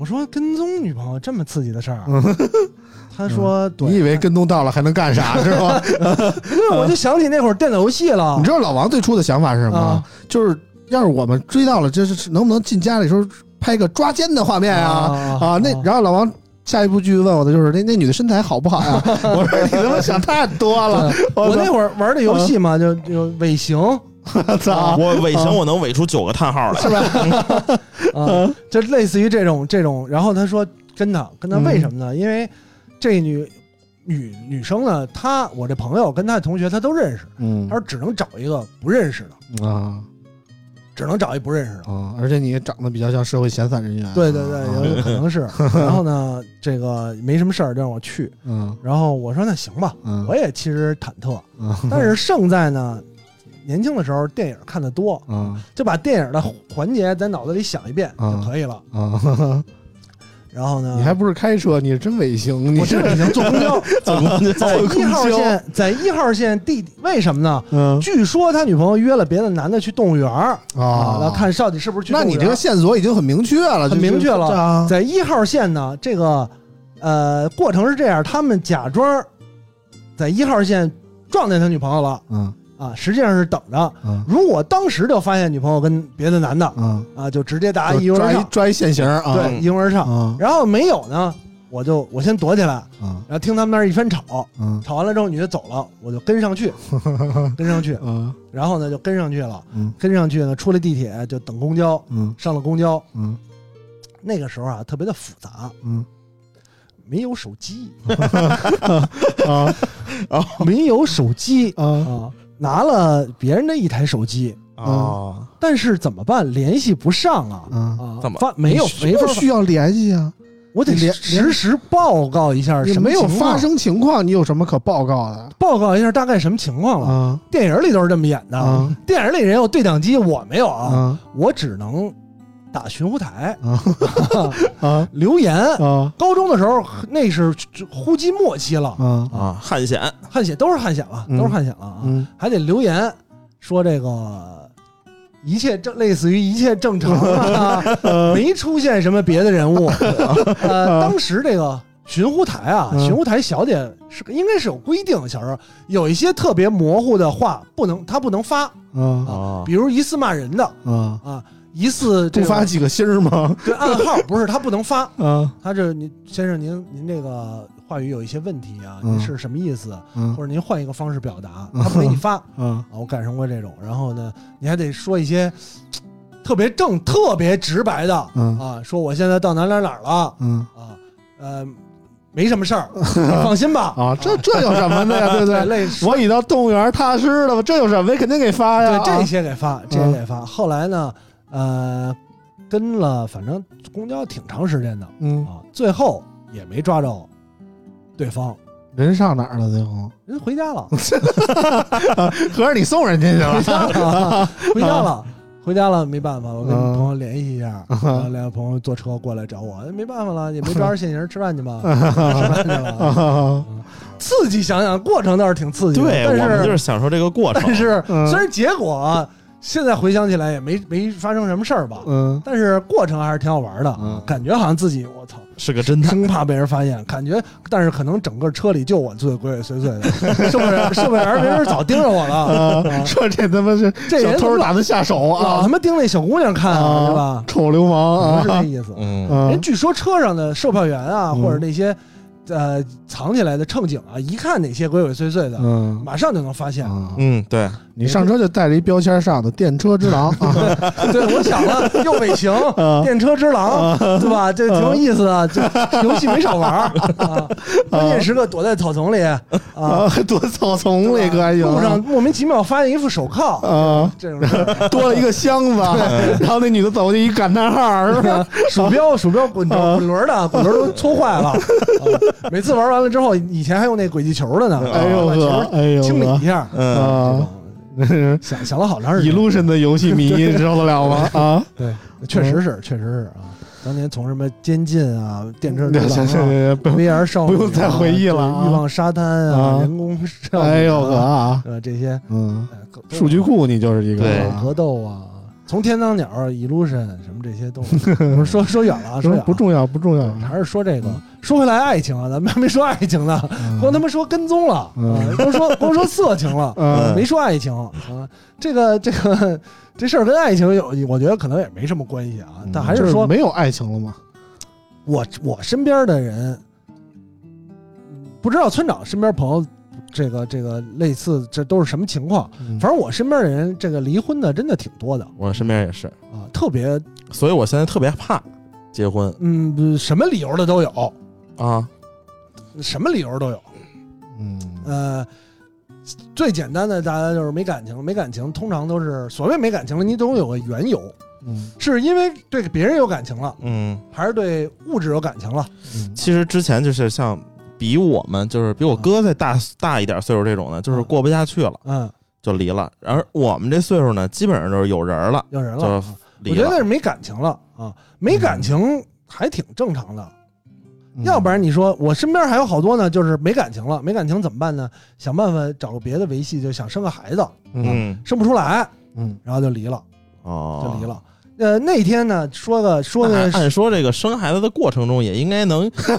Speaker 5: 我说跟踪女朋友这么刺激的事儿啊
Speaker 3: 嗯？
Speaker 5: 他说对，
Speaker 3: 你以为跟踪到了还能干 啥是吧？
Speaker 5: 对，我就想起那会儿电脑游戏了。
Speaker 3: 你知道老王最初的想法是什么吗
Speaker 5: 啊？
Speaker 3: 就是要是我们追到了，这是能不能进家里时候拍个抓奸的画面啊啊？那然后老王。下一部剧问我的就是那那女的身材好不好 呀？我说你他妈想太多了，
Speaker 5: 我
Speaker 3: 操
Speaker 5: 那会儿玩的游戏
Speaker 3: 嗯
Speaker 5: 嘛，就就尾 行
Speaker 3: 我操！
Speaker 6: 我尾行我能尾出九个叹号来
Speaker 5: 是。吧？啊，就类似于这种这种。然后他说跟他跟他
Speaker 3: 嗯
Speaker 5: 为什么呢？因为这女女女生呢，她我这朋友跟她的同学她都认识，
Speaker 3: 嗯
Speaker 5: 她说只能找一个不认识的，
Speaker 3: 啊
Speaker 5: 只能找一不认识的。
Speaker 3: 啊！而且你也长得比较像社会闲散人员，
Speaker 5: 对对
Speaker 3: 啊
Speaker 5: 对，有可 能是。然后呢，这个没什么事儿，就让我去。
Speaker 3: 嗯
Speaker 5: 然后我说那行吧，
Speaker 3: 嗯，
Speaker 5: 我也其实忐忑，
Speaker 3: 嗯
Speaker 5: 但是胜在呢，年轻的时候电影看的多，
Speaker 3: 啊
Speaker 5: 就把电影的环节在脑子里想一遍
Speaker 3: 啊
Speaker 5: 就可以了。
Speaker 3: 啊！
Speaker 5: 然后呢，
Speaker 3: 你还不是开车，你是真违行，你
Speaker 5: 我这
Speaker 3: 是
Speaker 5: 已经坐公 交，在一号
Speaker 3: 哦
Speaker 5: 线，在一号线地底，为什么呢？
Speaker 3: 嗯
Speaker 5: 据说他女朋友约了别的男的去动物园儿
Speaker 3: 啊，
Speaker 5: 那看到底是不是去动
Speaker 3: 那
Speaker 5: 物园儿。
Speaker 3: 你这个线索已经很明确了，
Speaker 5: 很
Speaker 3: 就
Speaker 5: 明确了
Speaker 3: 就啊
Speaker 5: 在一号线呢，这个呃过程是这样，他们假装在一号线撞见他女朋友了
Speaker 3: 嗯
Speaker 5: 啊，实际上是等着。
Speaker 3: 嗯
Speaker 5: 如果当时就发现女朋友跟别的男的
Speaker 3: 嗯，
Speaker 5: 啊，就直接大家
Speaker 3: 就
Speaker 5: 一拥而
Speaker 3: 抓一
Speaker 5: 上，
Speaker 3: 抓一现行儿啊，
Speaker 5: 对，一拥而上。
Speaker 3: 啊
Speaker 5: 然后没有呢，我就我先躲起来，
Speaker 3: 啊
Speaker 5: 然后听他们那儿一番吵，
Speaker 3: 啊
Speaker 5: 吵完了之后女的走了，我就跟上 去，跟上去，
Speaker 3: 啊
Speaker 5: 然后呢就跟上去了，
Speaker 3: 嗯
Speaker 5: 跟上去呢出了地铁就等公交，
Speaker 3: 嗯
Speaker 5: 上了公交，
Speaker 3: 嗯
Speaker 5: 那个时候啊特别的复杂，
Speaker 3: 嗯
Speaker 5: 没有手机，
Speaker 3: 啊
Speaker 5: 没有手机
Speaker 3: 啊
Speaker 5: 啊，拿了别人的一台手机，
Speaker 6: 哦，
Speaker 5: 但是怎么办？联系不上啊
Speaker 3: 啊！
Speaker 5: 啊，
Speaker 6: 怎么
Speaker 5: 发没有
Speaker 3: 你
Speaker 5: 没法
Speaker 3: 不
Speaker 5: 发，
Speaker 3: 需要联系啊，
Speaker 5: 我得
Speaker 3: 你连
Speaker 5: 实时报告一下
Speaker 3: 你
Speaker 5: 什么
Speaker 3: 没有
Speaker 5: 情况
Speaker 3: 发，生情况，你有什么可报告的
Speaker 5: 报告一下大概什么情况了。
Speaker 3: 啊
Speaker 5: 电影里都是这么演的，
Speaker 3: 啊
Speaker 5: 电影里人有对讲机，我没有啊，
Speaker 3: 啊
Speaker 5: 我只能打巡护台
Speaker 3: 啊啊
Speaker 5: 留言。
Speaker 3: 啊
Speaker 5: 高中的时候那是呼机末期了，
Speaker 3: 啊
Speaker 6: 啊，汉显
Speaker 5: 汗血都是汗血了，
Speaker 3: 嗯
Speaker 5: 都是汗血了啊。
Speaker 3: 嗯
Speaker 5: 还得留言说这个一切正类似于一切正常 啊，
Speaker 3: 嗯
Speaker 5: 没出现什么别的人物。呃，当时这个巡护台啊，
Speaker 3: 嗯
Speaker 5: 巡护台小姐是应该是有规定，小时候有一些特别模糊的话不能，她不能发，
Speaker 3: 啊
Speaker 6: 啊，
Speaker 5: 比如疑似骂人的
Speaker 3: 啊！
Speaker 5: 啊，疑似这
Speaker 3: 不
Speaker 5: 个
Speaker 3: 发几个心儿吗？
Speaker 5: 对暗号不是她不能发。
Speaker 3: 啊
Speaker 5: 她这您先生您您这个话语有一些问题啊，
Speaker 3: 嗯
Speaker 5: 您是什么意思？
Speaker 3: 嗯
Speaker 5: 或者您换一个方式表达，她不给你发。
Speaker 3: 啊
Speaker 5: 啊，我赶上过这种。然后呢，你还得说一些嘖特别正、特别直白的
Speaker 3: 嗯
Speaker 5: 哦啊，说我现在到哪儿哪儿哪儿了
Speaker 3: 嗯
Speaker 5: 啊，呃，没什么事儿，你放心吧。
Speaker 3: 啊，这这有什么的呀？ 对不对？
Speaker 5: 类
Speaker 3: 我已到动物园踏尸了吧？这有什么？肯定给发呀！
Speaker 5: 对这
Speaker 3: 啊
Speaker 5: 些给发，这些给发。后来呢，呃，跟了反正公交挺长时间的
Speaker 3: 嗯，
Speaker 5: 啊，最后也没抓着对方，
Speaker 3: 人上哪儿了？最后，
Speaker 5: 人回家了，
Speaker 3: 合着你送人家去 了？
Speaker 5: 回家
Speaker 6: 啊
Speaker 5: 了。回家了，没办法，我跟
Speaker 3: 嗯
Speaker 5: 朋友联系一下，然后两个朋友坐车过来找我，没办法了，也没抓着现行，吃饭去吧，
Speaker 6: 啊
Speaker 5: 吃饭去吧。
Speaker 3: 啊
Speaker 5: 刺激，想想过程倒是挺刺激的，
Speaker 6: 对，
Speaker 5: 但
Speaker 6: 我们就是啊是享受这个过程
Speaker 5: 但。是
Speaker 3: 嗯
Speaker 5: 虽然结果啊现在回想起来也没没发生什么事儿吧，
Speaker 6: 啊
Speaker 3: 嗯，
Speaker 5: 但是过程还是挺好玩的，
Speaker 3: 嗯
Speaker 5: 感觉好像自己我操，
Speaker 6: 是个 侦探，
Speaker 5: 生怕被人发现，感觉但是可能整个车里就我最鬼鬼祟祟的，售卖员售卖员没人早盯着我了，
Speaker 3: 啊，说这他妈是
Speaker 5: 这
Speaker 3: 小
Speaker 5: 人
Speaker 3: 偷
Speaker 5: 老
Speaker 3: 打算下手
Speaker 5: 老
Speaker 3: 啊
Speaker 5: 他！妈盯那小姑娘看啊，是吧？
Speaker 3: 臭流氓
Speaker 5: 不是那
Speaker 3: 啊！
Speaker 5: 意思，
Speaker 6: 嗯，
Speaker 3: 嗯
Speaker 5: 人据说车上的售票员啊，
Speaker 3: 嗯
Speaker 5: 或者那些呃藏起来的乘警啊，一看哪些鬼鬼祟祟的，
Speaker 3: 嗯
Speaker 5: 马上就能发现。
Speaker 3: 啊，
Speaker 6: 嗯，对，
Speaker 3: 你上车就带着一标签上的“电车之狼”
Speaker 5: 嗯
Speaker 3: 啊！
Speaker 5: 对，我想了，又尾行
Speaker 3: 啊、
Speaker 5: 电车之狼，对吧？这挺有意思啊，这游戏没 少玩儿啊。关键时刻躲在草丛里啊，
Speaker 3: 啊， 还躲草丛里，哥还行。
Speaker 5: 路上莫名其妙发现一副手铐，
Speaker 3: 啊，
Speaker 5: 这种事儿
Speaker 3: 多了一个箱子，然后那女的走过去一感叹号， 是 吧？
Speaker 5: 鼠标鼠标滚轴
Speaker 3: 啊
Speaker 5: 滚轮的 滚轮都搓坏了。啊每次玩完了之后，以前还用那轨迹球的 呢，
Speaker 3: 哎呦
Speaker 5: 把
Speaker 3: 呵，
Speaker 5: 球
Speaker 3: 哎呦
Speaker 5: 清理
Speaker 3: 呵
Speaker 5: 一，下。
Speaker 6: 嗯，
Speaker 5: 这
Speaker 3: 啊
Speaker 5: 种，想想了好长时
Speaker 3: 一
Speaker 5: 间，
Speaker 3: 路神的游戏迷，你受得 了吗？啊，
Speaker 5: 对，确实是，确实是啊。当年从什么监禁啊、电车之
Speaker 3: 行行
Speaker 5: 狼啊
Speaker 3: 行。行，不用，
Speaker 5: VR 少女啊、
Speaker 3: 不用再回忆了啊
Speaker 5: 欲望沙滩
Speaker 3: 啊
Speaker 5: 啊，人工少女啊
Speaker 3: 哎呦呵啊，
Speaker 5: 呃这些
Speaker 3: 嗯，
Speaker 5: 呃格斗啊
Speaker 3: 数据库你就是一个
Speaker 6: 对
Speaker 3: 啊
Speaker 5: 格斗啊，从天堂鸟、illusion 什么这些都，不是说说远了啊，说远了
Speaker 3: 不重要，不重要啊嗯
Speaker 5: 对还是说这个。说回来，爱情啊，咱们还没说爱情呢，光他妈说跟踪了，啊
Speaker 3: 嗯
Speaker 5: 光说光说色情了，
Speaker 3: 嗯
Speaker 5: 没说爱情啊。这个这个这事儿跟爱情有，我觉得可能也没什么关系啊。但还
Speaker 3: 嗯就是
Speaker 5: 说，
Speaker 3: 没有爱情了吗？
Speaker 5: 我我身边的人，不知道村长身边朋友，这个这个类似，这都是什么情况？嗯
Speaker 3: 嗯
Speaker 5: 反正我身边的人，这个离婚的真的挺多的
Speaker 6: 我身边也是，
Speaker 5: 啊，特别
Speaker 6: 所以我现在特别怕结婚
Speaker 5: 嗯，不什么理由的都有，
Speaker 6: 啊，
Speaker 5: 什么理由都有。
Speaker 3: 嗯
Speaker 5: 呃，最简单的大家就是没感情，没感情通常都是所谓没感情了，你总有个缘由，
Speaker 3: 嗯
Speaker 5: 是因为对别人有感情了，
Speaker 6: 嗯，
Speaker 5: 还是对物质有感情了？
Speaker 3: 嗯
Speaker 6: 其实之前就是像比我们，就是比我哥再大大一点岁数这种的，就是过不下去了
Speaker 5: 嗯，
Speaker 6: 就离了，而我们这岁数呢，基本上就是有人了，
Speaker 5: 有人了
Speaker 6: 就
Speaker 5: 啊。
Speaker 6: 离
Speaker 5: 我觉得
Speaker 6: 了，
Speaker 5: 是没感情了啊，没感情还挺正常的。
Speaker 3: 嗯
Speaker 5: 要不然你说我身边还有好多呢，就是没感情了，没感情怎么办呢？想办法找个别的维系，就想生个孩子，
Speaker 6: 嗯，
Speaker 5: 生不出来，
Speaker 3: 嗯
Speaker 5: 然后就离了，
Speaker 6: 哦，
Speaker 5: 就离。了。呃，那天呢，说个说
Speaker 6: 那
Speaker 5: 个
Speaker 6: 按说这个生孩子的过程中也应该能
Speaker 5: 说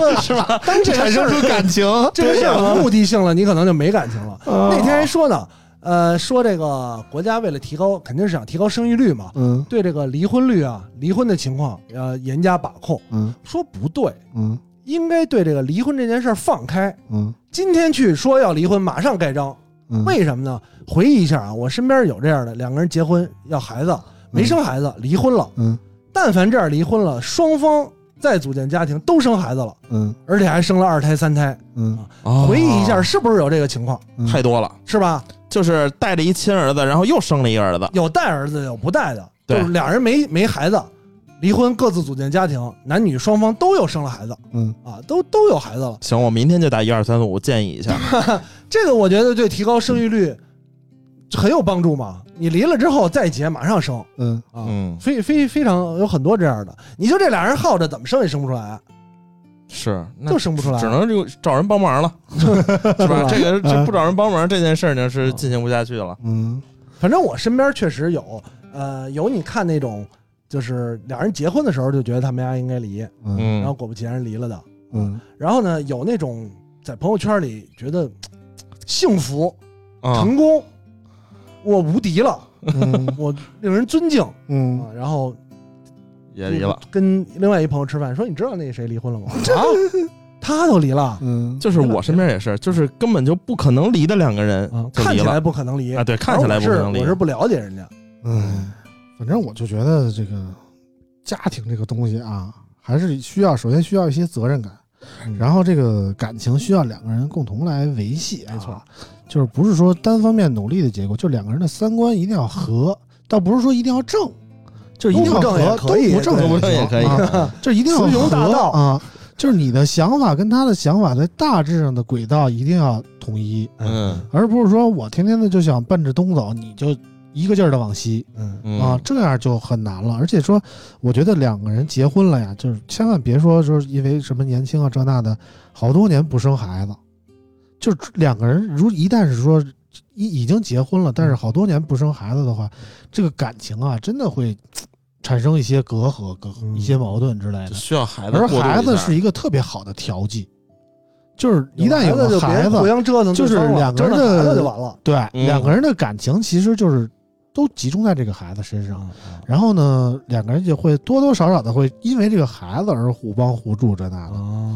Speaker 5: 个是吧？当这个
Speaker 3: 产
Speaker 5: 事
Speaker 3: 生
Speaker 5: 儿
Speaker 3: 出感情，
Speaker 5: 这个事儿有目的性了，你可能就没感情了。那天还说呢，呃，说这个国家为了提高，肯定是想提高生育率嘛，
Speaker 3: 嗯
Speaker 5: 对这个离婚率啊、离婚的情况，呃，严加把控。
Speaker 3: 嗯
Speaker 5: 说不对，
Speaker 3: 嗯
Speaker 5: 应该对这个离婚这件事儿放开。
Speaker 3: 嗯
Speaker 5: 今天去说要离婚，马上盖章，
Speaker 3: 嗯，
Speaker 5: 为什么呢？回忆一下啊，我身边有这样的，两个人结婚要孩子，没生孩子，离婚了。
Speaker 3: 嗯
Speaker 5: 但凡这样离婚了，双方再组建家庭都生孩子了，
Speaker 3: 嗯
Speaker 5: 而且还生了二胎、三胎。
Speaker 3: 嗯
Speaker 6: 哦
Speaker 5: 回忆一下，是不是有这个情况？
Speaker 3: 嗯
Speaker 6: 太多了，
Speaker 5: 是吧？
Speaker 6: 就是带着一亲儿子，然后又生了一儿子，
Speaker 5: 有带儿子，有不带的，就
Speaker 6: 对
Speaker 5: 是俩人没没孩子，离婚各自组建家庭，男女双方都有生了孩子
Speaker 3: 嗯
Speaker 5: 啊，都都有孩子了。
Speaker 6: 行，我明天就打一二三四五建议一 下。
Speaker 5: 这个我觉得对提高生育率很有帮助嘛。你离了之后再结，马上生
Speaker 3: 嗯
Speaker 5: 啊，
Speaker 6: 嗯，
Speaker 5: 非非非常有很多这样的。你就这俩人耗着，怎么生也生不出来，
Speaker 6: 是，那
Speaker 5: 就生不出来，
Speaker 6: 只能就找人帮忙 了，是吧？这个这不找人帮忙这件事儿呢是进行不下去了。
Speaker 3: 嗯
Speaker 5: 反正我身边确实有，呃，有你看那种，就是俩人结婚的时候就觉得他们家应该离，
Speaker 3: 嗯
Speaker 5: 然后
Speaker 6: 嗯，
Speaker 5: 果不其然离了的。
Speaker 3: 嗯
Speaker 5: 然后呢，有那种在朋友圈里觉得嘖幸福、
Speaker 6: 啊，
Speaker 5: 成功，我无敌了，
Speaker 3: 嗯
Speaker 5: 我令人尊敬啊。
Speaker 3: 嗯，
Speaker 5: 然后
Speaker 6: 也离了。
Speaker 5: 跟另外一朋友吃饭，说你知道那谁离 婚了吗？啊，他都离了啊，
Speaker 3: 嗯
Speaker 6: 就是我身边也是，就是根本就不可能离的两个人
Speaker 3: 嗯
Speaker 6: 就
Speaker 5: 啊看
Speaker 6: 离
Speaker 5: 起
Speaker 6: 了
Speaker 5: 来不可能离
Speaker 6: 啊，对，看起来不可能
Speaker 5: 嗯哎而我是
Speaker 6: 离
Speaker 5: 我。是不了解人家，
Speaker 3: 嗯，反正我就觉得这个家庭这个东西啊，还是需要首先需要一些责任感，
Speaker 5: 嗯
Speaker 3: 然后这个感情需要两个人共同来维系、
Speaker 5: 没错，
Speaker 3: 就是不是说单方面努力的结果，就两个人的三观一定要合，倒不是说一定要正，就是一定要
Speaker 5: 都不正也
Speaker 3: 合，
Speaker 5: 可以
Speaker 3: 都不正
Speaker 5: 对嗯
Speaker 3: 都不
Speaker 6: 都也可以
Speaker 3: 啊、就是一定要
Speaker 5: 雌雄大
Speaker 3: 合
Speaker 5: 盗
Speaker 3: 啊，就是你的想法跟他的想法在大致上的轨道一定要统一，
Speaker 6: 嗯
Speaker 3: 而不是说我天天的就想奔着东走，你就一个劲儿的往西。
Speaker 5: 嗯，
Speaker 6: 嗯
Speaker 3: 啊，这样就很难了。而且说，我觉得两个人结婚了呀，就是千万别说说因为什么年轻啊这那的，好多年不生孩子，就是两个人如一旦是说已已经结婚了，但是好多年不生孩子的话，这个感情啊真的会嘖产生一些隔阂、隔
Speaker 5: 嗯
Speaker 3: 一些矛盾之类的
Speaker 6: 就。需要孩子
Speaker 3: 而
Speaker 6: 过渡一下，
Speaker 3: 孩子是一个特别好的调剂，就是一旦有
Speaker 5: 孩
Speaker 3: 了
Speaker 5: 就
Speaker 3: 孩
Speaker 5: 别互
Speaker 3: 子，
Speaker 5: 相折腾
Speaker 3: 就
Speaker 5: 对
Speaker 3: 是
Speaker 5: 方了，
Speaker 3: 两个人
Speaker 5: 折腾孩
Speaker 3: 的
Speaker 5: 子就完了。
Speaker 3: 对
Speaker 6: 嗯
Speaker 3: 两个人的感情其实就是都集中在这个孩子身上。然后呢，两个人就会多多少少的会因为这个孩子而互帮互助这那的
Speaker 5: 哦，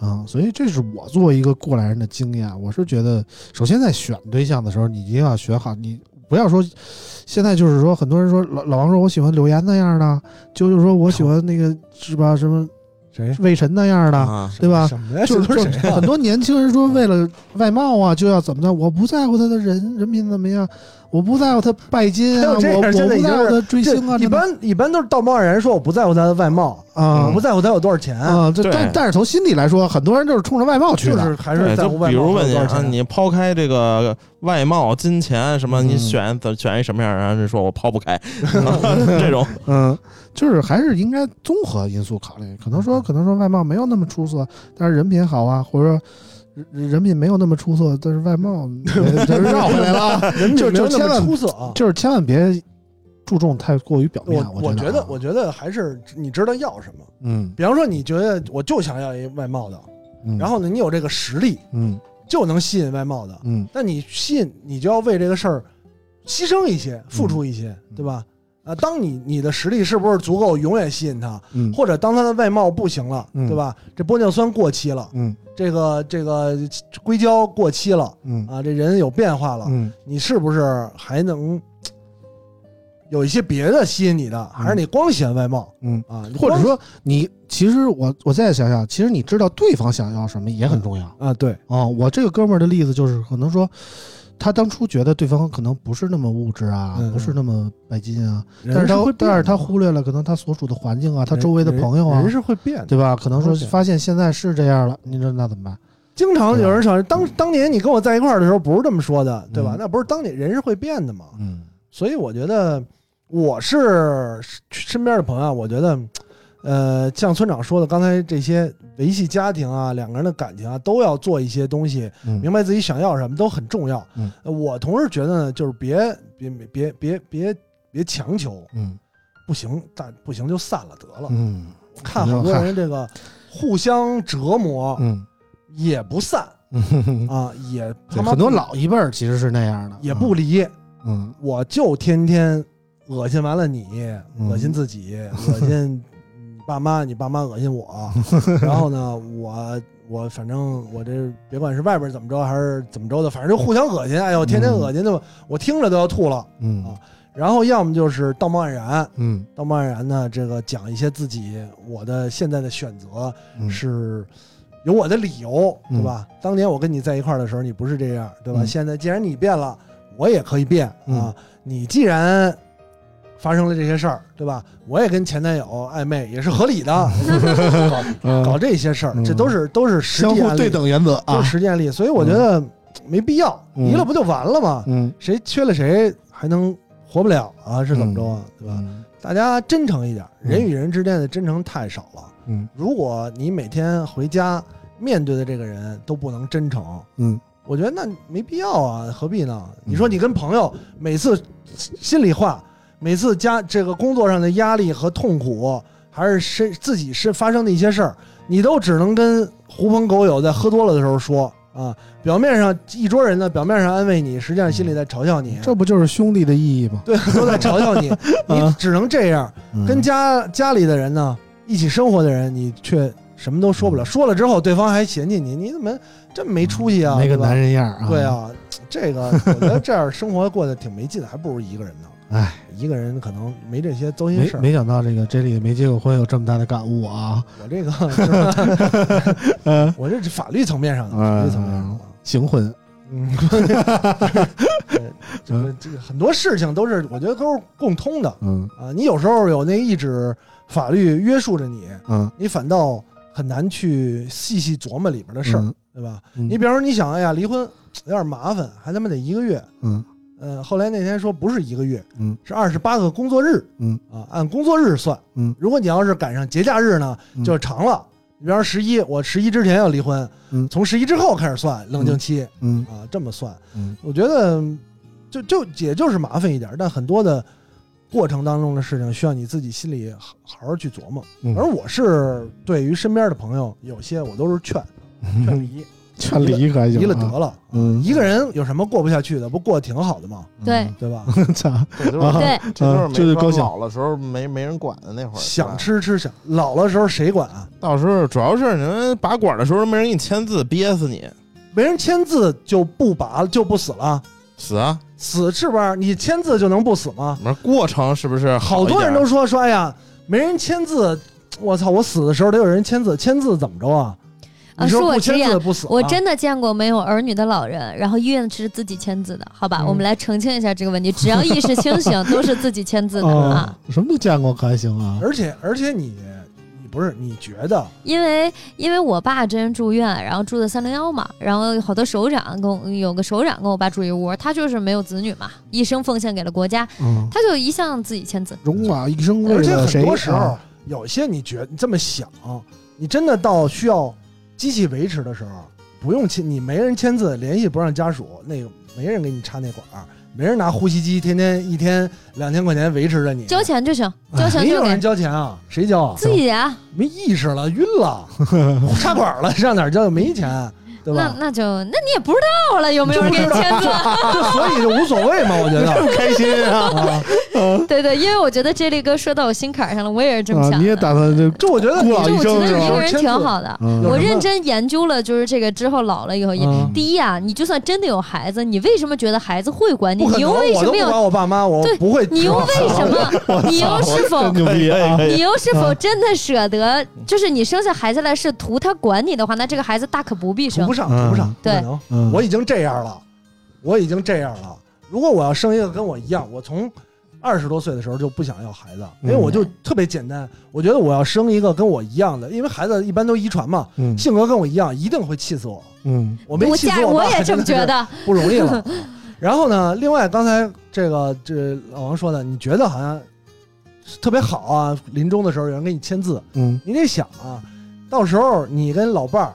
Speaker 3: 啊、所以这是我作为一个过来人的经验，啊我是觉得，首先在选对象的时候，你一定要选好，你不要说现在就是说，很多人说老老王说我喜欢柳岩那样的，就是说我喜欢那个是吧，什么
Speaker 5: 谁
Speaker 3: 魏晨那样的，
Speaker 6: 啊，
Speaker 3: 对吧？
Speaker 5: 什么呀？
Speaker 3: 就
Speaker 5: 这哎都
Speaker 3: 就是
Speaker 5: 谁啊
Speaker 3: 很
Speaker 5: 呀？
Speaker 3: 多年轻人说为了外貌啊，就要怎么着？我不在乎他的人人品怎么样，我不在乎他拜金啊，
Speaker 5: 还
Speaker 3: 我
Speaker 5: 有这样
Speaker 3: 我不
Speaker 5: 现在已经
Speaker 3: 在乎
Speaker 5: 是
Speaker 3: 他追
Speaker 5: 这
Speaker 3: 星啊，
Speaker 5: 一
Speaker 3: 这那
Speaker 5: 般一般都是道貌岸然说我不在乎他的外貌，
Speaker 3: 啊，
Speaker 5: 我不在乎他有多少钱，
Speaker 3: 啊，这
Speaker 6: 对
Speaker 3: 但但是从心底来说，很多人就是冲着外貌去
Speaker 5: 就
Speaker 3: 的。
Speaker 5: 是还
Speaker 6: 对
Speaker 5: 是在
Speaker 6: 就
Speaker 5: 乎外貌。
Speaker 6: 比如问
Speaker 5: 有
Speaker 6: 你
Speaker 5: 多少
Speaker 6: 啊，
Speaker 5: 钱？
Speaker 6: 你抛开这个外貌、金钱什么，你
Speaker 3: 嗯
Speaker 6: 选怎选一什么样儿？然后人说我抛不开，这种
Speaker 3: 嗯，就是还是应该综合因素考虑，可能
Speaker 5: 嗯
Speaker 3: 说可能说外貌没有那么出色，但是人品好啊，或者说人人品没有那么出色，但是外貌 就是绕回来了啊，
Speaker 5: 人
Speaker 3: 就
Speaker 5: 品没有
Speaker 3: 就
Speaker 5: 那
Speaker 3: 千
Speaker 5: 么
Speaker 3: 万
Speaker 5: 出色啊。
Speaker 3: 就是千万别注重太过于表面。
Speaker 5: 我
Speaker 3: 我
Speaker 5: 觉得
Speaker 3: 啊，
Speaker 5: 我觉得还是你知道要什么。
Speaker 3: 嗯
Speaker 5: 比方说，你觉得我就想要一外貌的，
Speaker 3: 嗯，
Speaker 5: 然后呢，你有这个实力
Speaker 3: 嗯
Speaker 5: 就能吸引外貌的，
Speaker 3: 嗯
Speaker 5: 那你吸引你就要为这个事儿牺牲一些，付出一些，
Speaker 3: 嗯
Speaker 5: 对吧？啊，当你你的实力是不是足够永远吸引他，
Speaker 3: 嗯
Speaker 5: 或者当他的外貌不行了，
Speaker 3: 嗯
Speaker 5: 对吧？这玻尿酸过期了，
Speaker 3: 嗯
Speaker 5: 这个这个硅胶过期了，
Speaker 3: 嗯
Speaker 5: 啊，这人有变化了，
Speaker 3: 嗯
Speaker 5: 你是不是还能嘖有一些别的吸引你的？还是你光喜欢外貌
Speaker 3: 嗯，
Speaker 5: 啊？你
Speaker 3: 或者
Speaker 5: 光
Speaker 3: 说你其实我我再想想，其实你知道对方想要什么也很重要。
Speaker 5: 啊，对，
Speaker 3: 啊、我这个哥们儿的例子就是，可能说他当初觉得对方可能不是那么物质啊，
Speaker 5: 嗯
Speaker 3: 不是那么拜金啊，
Speaker 5: 人
Speaker 3: 但是他
Speaker 5: 会变
Speaker 3: 但是
Speaker 5: 的
Speaker 3: 他忽略了可能他所处的环境啊，他周围的朋友
Speaker 5: 人
Speaker 3: 啊
Speaker 5: 人，是会变的。
Speaker 3: 对吧？可能说
Speaker 5: 了解
Speaker 3: 发现现在是这样了，你说那怎么办？
Speaker 5: 经常有人想，当当年你跟我在一块儿的时候不是这么说的，对
Speaker 3: 嗯
Speaker 5: 吧？那不是当年人是会变的嘛？
Speaker 3: 嗯
Speaker 5: 所以我觉得我是身边的朋友啊，我觉得，呃，像村长说的，刚才这些维系家庭啊，两个人的感情啊，都要做一些东西，
Speaker 3: 嗯，
Speaker 5: 明白自己想要什么都很重要。
Speaker 3: 嗯
Speaker 5: 呃我同时觉得呢，就是别别别别别别强求，
Speaker 3: 嗯
Speaker 5: 不行，但不行就散了得了。
Speaker 3: 嗯
Speaker 5: 我看好多人这个互相折磨、
Speaker 3: 嗯
Speaker 5: 也不散
Speaker 3: 嗯，
Speaker 5: 啊，也
Speaker 3: 对
Speaker 5: 他妈
Speaker 3: 很多
Speaker 5: 不
Speaker 3: 老一辈儿其实是那样的，啊
Speaker 5: 也不离，
Speaker 3: 嗯
Speaker 5: 我就天天恶心完了你，
Speaker 3: 嗯
Speaker 5: 恶心自 己，恶心你爸妈，你爸妈恶心我，然后呢，我我反正我这别管是外边怎么着还是怎么着的，反正就互相恶心，哎呦，天天
Speaker 3: 嗯
Speaker 5: 恶心的，我听着都要吐了。
Speaker 3: 嗯
Speaker 5: 啊然后要么就是道貌岸然，
Speaker 3: 嗯
Speaker 5: 道貌岸然呢，这个讲一些自己我的现在的选择
Speaker 3: 嗯
Speaker 5: 是有我的理由，
Speaker 3: 嗯
Speaker 5: 对吧？当年我跟你在一块儿的时候，你不是这样，对吧？
Speaker 3: 嗯
Speaker 5: 现在既然你变了，我也可以变
Speaker 3: 嗯
Speaker 5: 啊。你既然发生了这些事儿，对吧？我也跟前男友暧昧也是合理的，
Speaker 3: 嗯
Speaker 5: 搞这些事儿，
Speaker 3: 嗯
Speaker 5: 这都是都是实
Speaker 3: 相
Speaker 5: 际
Speaker 3: 互
Speaker 5: 案
Speaker 3: 对
Speaker 5: 例，
Speaker 3: 等原则
Speaker 5: 都
Speaker 3: 啊
Speaker 5: 是，实际案例，所以我觉得没必要，
Speaker 3: 嗯
Speaker 5: 离了不就完了吗？
Speaker 3: 嗯
Speaker 5: 谁缺了谁还能活不了啊？是怎么着啊？对吧？
Speaker 3: 嗯
Speaker 5: 大家真诚一点，
Speaker 3: 嗯
Speaker 5: 人与人之间的真诚太少了。
Speaker 3: 嗯
Speaker 5: 如果你每天回家面对的这个人都不能真诚，
Speaker 3: 嗯，
Speaker 5: 我觉得那没必要啊，何必呢？你说你跟朋友每次心里话，每次加这个工作上的压力和痛苦，还是身自己身发生的一些事儿，你都只能跟狐朋狗友在喝多了的时候说啊。表面上一桌人呢，表面上安慰你，实际上心里在嘲笑你。
Speaker 3: 嗯这不就是兄弟的意义吗？
Speaker 5: 对，都在嘲笑 你，你只能这样。
Speaker 3: 嗯
Speaker 5: 跟家家里的人呢，一起生活的人，你却什么都
Speaker 3: 嗯
Speaker 5: 说不了。说了之后，对方还嫌弃你，你怎么这么没出息啊？
Speaker 3: 嗯那个
Speaker 5: 对吧
Speaker 3: 男人样儿啊，
Speaker 5: 对，啊，这个我觉得这样生活过得挺没劲的，还不如一个人呢。
Speaker 3: 哎，
Speaker 5: 一个人可能没这些糟心
Speaker 3: 没
Speaker 5: 事儿。
Speaker 3: 没想到这个 J 莉没结过婚有这么大的感悟啊！
Speaker 5: 我 这个，是吧 我这是法律层面上的，
Speaker 3: 嗯
Speaker 5: 法律层面上的。
Speaker 3: 行婚，
Speaker 5: 嗯，这个这个很多事情都是我觉得都是共通的
Speaker 3: 嗯
Speaker 5: 啊。你有时候有那一纸法律约束着你，
Speaker 3: 嗯，
Speaker 5: 你反倒很难去细细琢磨里边的事儿，
Speaker 3: 嗯
Speaker 5: 对吧？
Speaker 3: 嗯
Speaker 5: 你比方说，你想，哎呀，离婚有点麻烦，还他妈得一个月。
Speaker 3: 嗯
Speaker 5: 呃，后来那天说不是一个月，
Speaker 3: 嗯，
Speaker 5: 是二十八个工作日，
Speaker 3: 嗯
Speaker 5: 啊，按工作日算，
Speaker 3: 嗯
Speaker 5: 如果你要是赶上节假日呢，
Speaker 3: 嗯
Speaker 5: 就长了。你比方说十一，我十一之前要离婚，
Speaker 3: 嗯
Speaker 5: 从十一之后开始算冷静期、
Speaker 3: 嗯
Speaker 5: 啊，这么算，
Speaker 3: 嗯
Speaker 5: 我觉得就就也就是麻烦一点，但很多的过程当中的事情需要你自己心里好好好去琢磨。
Speaker 3: 嗯
Speaker 5: 而我是对于身边的朋友，有些我都是劝 劝离，
Speaker 3: 劝离可还行啊，
Speaker 5: 离了得了。
Speaker 3: 嗯，
Speaker 5: 一个人有什么过不下去的？不过得挺好的吗？
Speaker 2: 嗯对
Speaker 5: 对吧？
Speaker 3: 操，
Speaker 7: 这都
Speaker 3: 啊
Speaker 7: 是
Speaker 2: 对，
Speaker 7: 这都
Speaker 3: 啊就
Speaker 7: 没
Speaker 3: 是高
Speaker 7: 说
Speaker 3: 兴
Speaker 7: 老了时候没没人管的那会儿，
Speaker 5: 想吃吃想，老了时候谁管啊？
Speaker 6: 到时候主要是你们拔管的时候没人给你签字，憋死你，
Speaker 5: 没人签字就不拔就不死了，
Speaker 6: 死啊！
Speaker 5: 死是不是？你签字就能不死吗？
Speaker 6: 我们过程是不是
Speaker 5: 好
Speaker 6: 一
Speaker 5: 多人
Speaker 6: 点
Speaker 5: 都说说，哎呀，没人签字，我操！我死的时候得有人签字，签字怎么着啊？
Speaker 2: 啊
Speaker 5: 你
Speaker 2: 恕
Speaker 5: 说
Speaker 2: 我
Speaker 5: 不
Speaker 2: 直
Speaker 5: 签
Speaker 2: 言
Speaker 5: 字不死、啊
Speaker 2: 我真的见过没有儿女的老人，然后医院是自己签字的，好吧？
Speaker 5: 嗯
Speaker 2: 我们来澄清一下这个问题，只要意识清醒，都是自己签字的
Speaker 3: 哦
Speaker 2: 啊。
Speaker 3: 什么都见过可还行啊？
Speaker 5: 而且而且你你不是你觉得
Speaker 2: 因为因为我爸之前住院，然后住的三零幺嘛，然后有好多首长跟我有个首长跟我爸住一屋，他就是没有子女嘛，一生奉献给了国家，
Speaker 3: 嗯，
Speaker 2: 他就一向自己签字。
Speaker 3: 戎马一生为
Speaker 5: 而且
Speaker 3: 了
Speaker 5: 很
Speaker 3: 谁
Speaker 5: 多时候
Speaker 3: 啊？
Speaker 5: 有些你觉你这么想，你真的到需要机器维持的时候，不用签，你没人签字，联系不上家属，那个没人给你插那管儿，没人拿呼吸机，天天一天两千块钱维持着你。
Speaker 2: 交钱就行，交钱
Speaker 5: 没
Speaker 2: 就
Speaker 5: 有人
Speaker 2: 给
Speaker 5: 交钱啊？谁交啊？
Speaker 2: 自己啊，
Speaker 5: 没意识了，晕了，插管儿了，上哪儿交？没钱，对
Speaker 2: 那
Speaker 5: 吧？
Speaker 2: 那就那你也不知道了有没有人给你签字。
Speaker 5: 就所以就无所谓嘛，我觉 得。
Speaker 3: 开心 啊！
Speaker 5: 啊，
Speaker 2: 对对，因为我觉得 J 力哥说到我心坎上了，我也是这么
Speaker 5: 啊
Speaker 2: 想的。
Speaker 3: 啊你也打算就
Speaker 5: 就我觉得
Speaker 3: 孤老
Speaker 2: 就
Speaker 3: 一
Speaker 2: 我觉
Speaker 3: 生
Speaker 2: 得
Speaker 3: 是
Speaker 2: 一
Speaker 3: 吧
Speaker 2: 个？人挺好的。
Speaker 3: 嗯
Speaker 2: 我认真研究了，就是这个之后老了以后也，
Speaker 5: 嗯
Speaker 2: 第一啊，你就算真的有孩子，你为什么觉得孩子会管你？
Speaker 5: 不可
Speaker 2: 你
Speaker 5: 能，
Speaker 2: 又为
Speaker 5: 我
Speaker 2: 什么
Speaker 5: 都不管
Speaker 2: 有？
Speaker 5: 我爸妈，我
Speaker 2: 对
Speaker 5: 不会。
Speaker 2: 你又为什么？你又是否
Speaker 3: 嗯真？
Speaker 6: 哎
Speaker 3: 牛逼啊！
Speaker 2: 你又是
Speaker 5: 嗯
Speaker 2: 否真的舍得？就是你生下孩子来是图他管你的话，那这个孩子大可不必
Speaker 5: 补
Speaker 2: 生
Speaker 5: 不。上，补不上
Speaker 3: 嗯，
Speaker 5: 不可
Speaker 2: 对
Speaker 5: 能。
Speaker 3: 嗯，
Speaker 5: 我已经这样了，我已经这样了。如果我要生一个跟我一样，我从二十多岁的时候就不想要孩子，因为
Speaker 3: 嗯
Speaker 5: 我就特别简单，我觉得我要生一个跟我一样的，因为孩子一般都遗传嘛，
Speaker 3: 嗯
Speaker 5: 性格跟我一样，一定会气死我。
Speaker 3: 嗯
Speaker 5: 我没
Speaker 2: 我
Speaker 5: 气
Speaker 2: 家
Speaker 5: 死
Speaker 2: 我
Speaker 5: 爸
Speaker 2: 也这么觉，
Speaker 5: 真的
Speaker 2: 得，
Speaker 5: 是不容 易了。然后呢，另外刚才这个这老王说的，你觉得好像特别好啊，临终的时候有人给你签字，
Speaker 3: 嗯
Speaker 5: 你得想啊，到时候你跟老伴儿，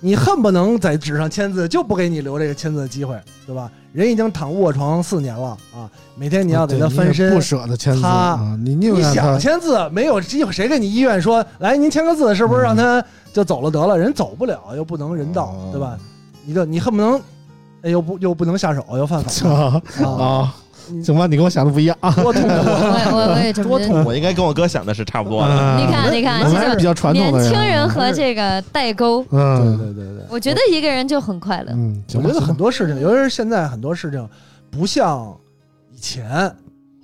Speaker 5: 你恨不能在纸上签字，就不给你留这个签字的机会，对吧？人已经躺卧床四年了啊，每天你要给他翻
Speaker 3: 对你也
Speaker 5: 身
Speaker 3: 不。舍得签字
Speaker 5: 擦
Speaker 3: 啊！你宁
Speaker 5: 你
Speaker 3: 愿
Speaker 5: 想
Speaker 3: 他
Speaker 5: 签字没有机会，谁给你医院说来您签个字，是不是
Speaker 3: 嗯
Speaker 5: 让他就走了得了？人走不了，又不能人道，
Speaker 3: 哦
Speaker 5: 对吧？你就你恨不能，哎又不又不能下手，又犯法
Speaker 3: 啊
Speaker 5: 啊！
Speaker 3: 啊，行吧，你跟我想的不一样啊！
Speaker 5: 多痛苦
Speaker 2: 我
Speaker 5: 啊！
Speaker 2: 也我也我也这么
Speaker 5: 多
Speaker 2: 觉
Speaker 3: 嗯
Speaker 5: 痛
Speaker 2: 得。
Speaker 6: 我应该跟我哥想的是差不多的。
Speaker 3: 啊
Speaker 2: 你看 你看
Speaker 3: 我们还是比较传统
Speaker 2: 年
Speaker 3: 的
Speaker 2: 轻人
Speaker 3: 人，
Speaker 2: 和这个代沟，
Speaker 5: 对
Speaker 3: 嗯
Speaker 5: 对对对。
Speaker 2: 我觉得一个人就很快乐。
Speaker 3: 嗯，
Speaker 5: 我
Speaker 3: 行吧
Speaker 5: 觉得
Speaker 3: 行
Speaker 5: 很
Speaker 3: 吧
Speaker 5: 多事情，尤其是现在很多事情，不像以前，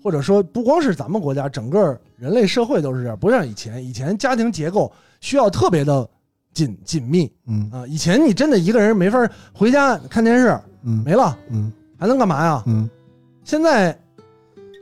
Speaker 5: 或者说不光是咱们国家，整个人类社会都是这样，不像以前。以前家庭结构需要特别的紧紧密
Speaker 3: 嗯
Speaker 5: 啊、以前你真的一个人没法回家看电视，
Speaker 3: 嗯
Speaker 5: 没了
Speaker 3: 嗯
Speaker 5: 还能干嘛呀？
Speaker 3: 嗯，
Speaker 5: 现在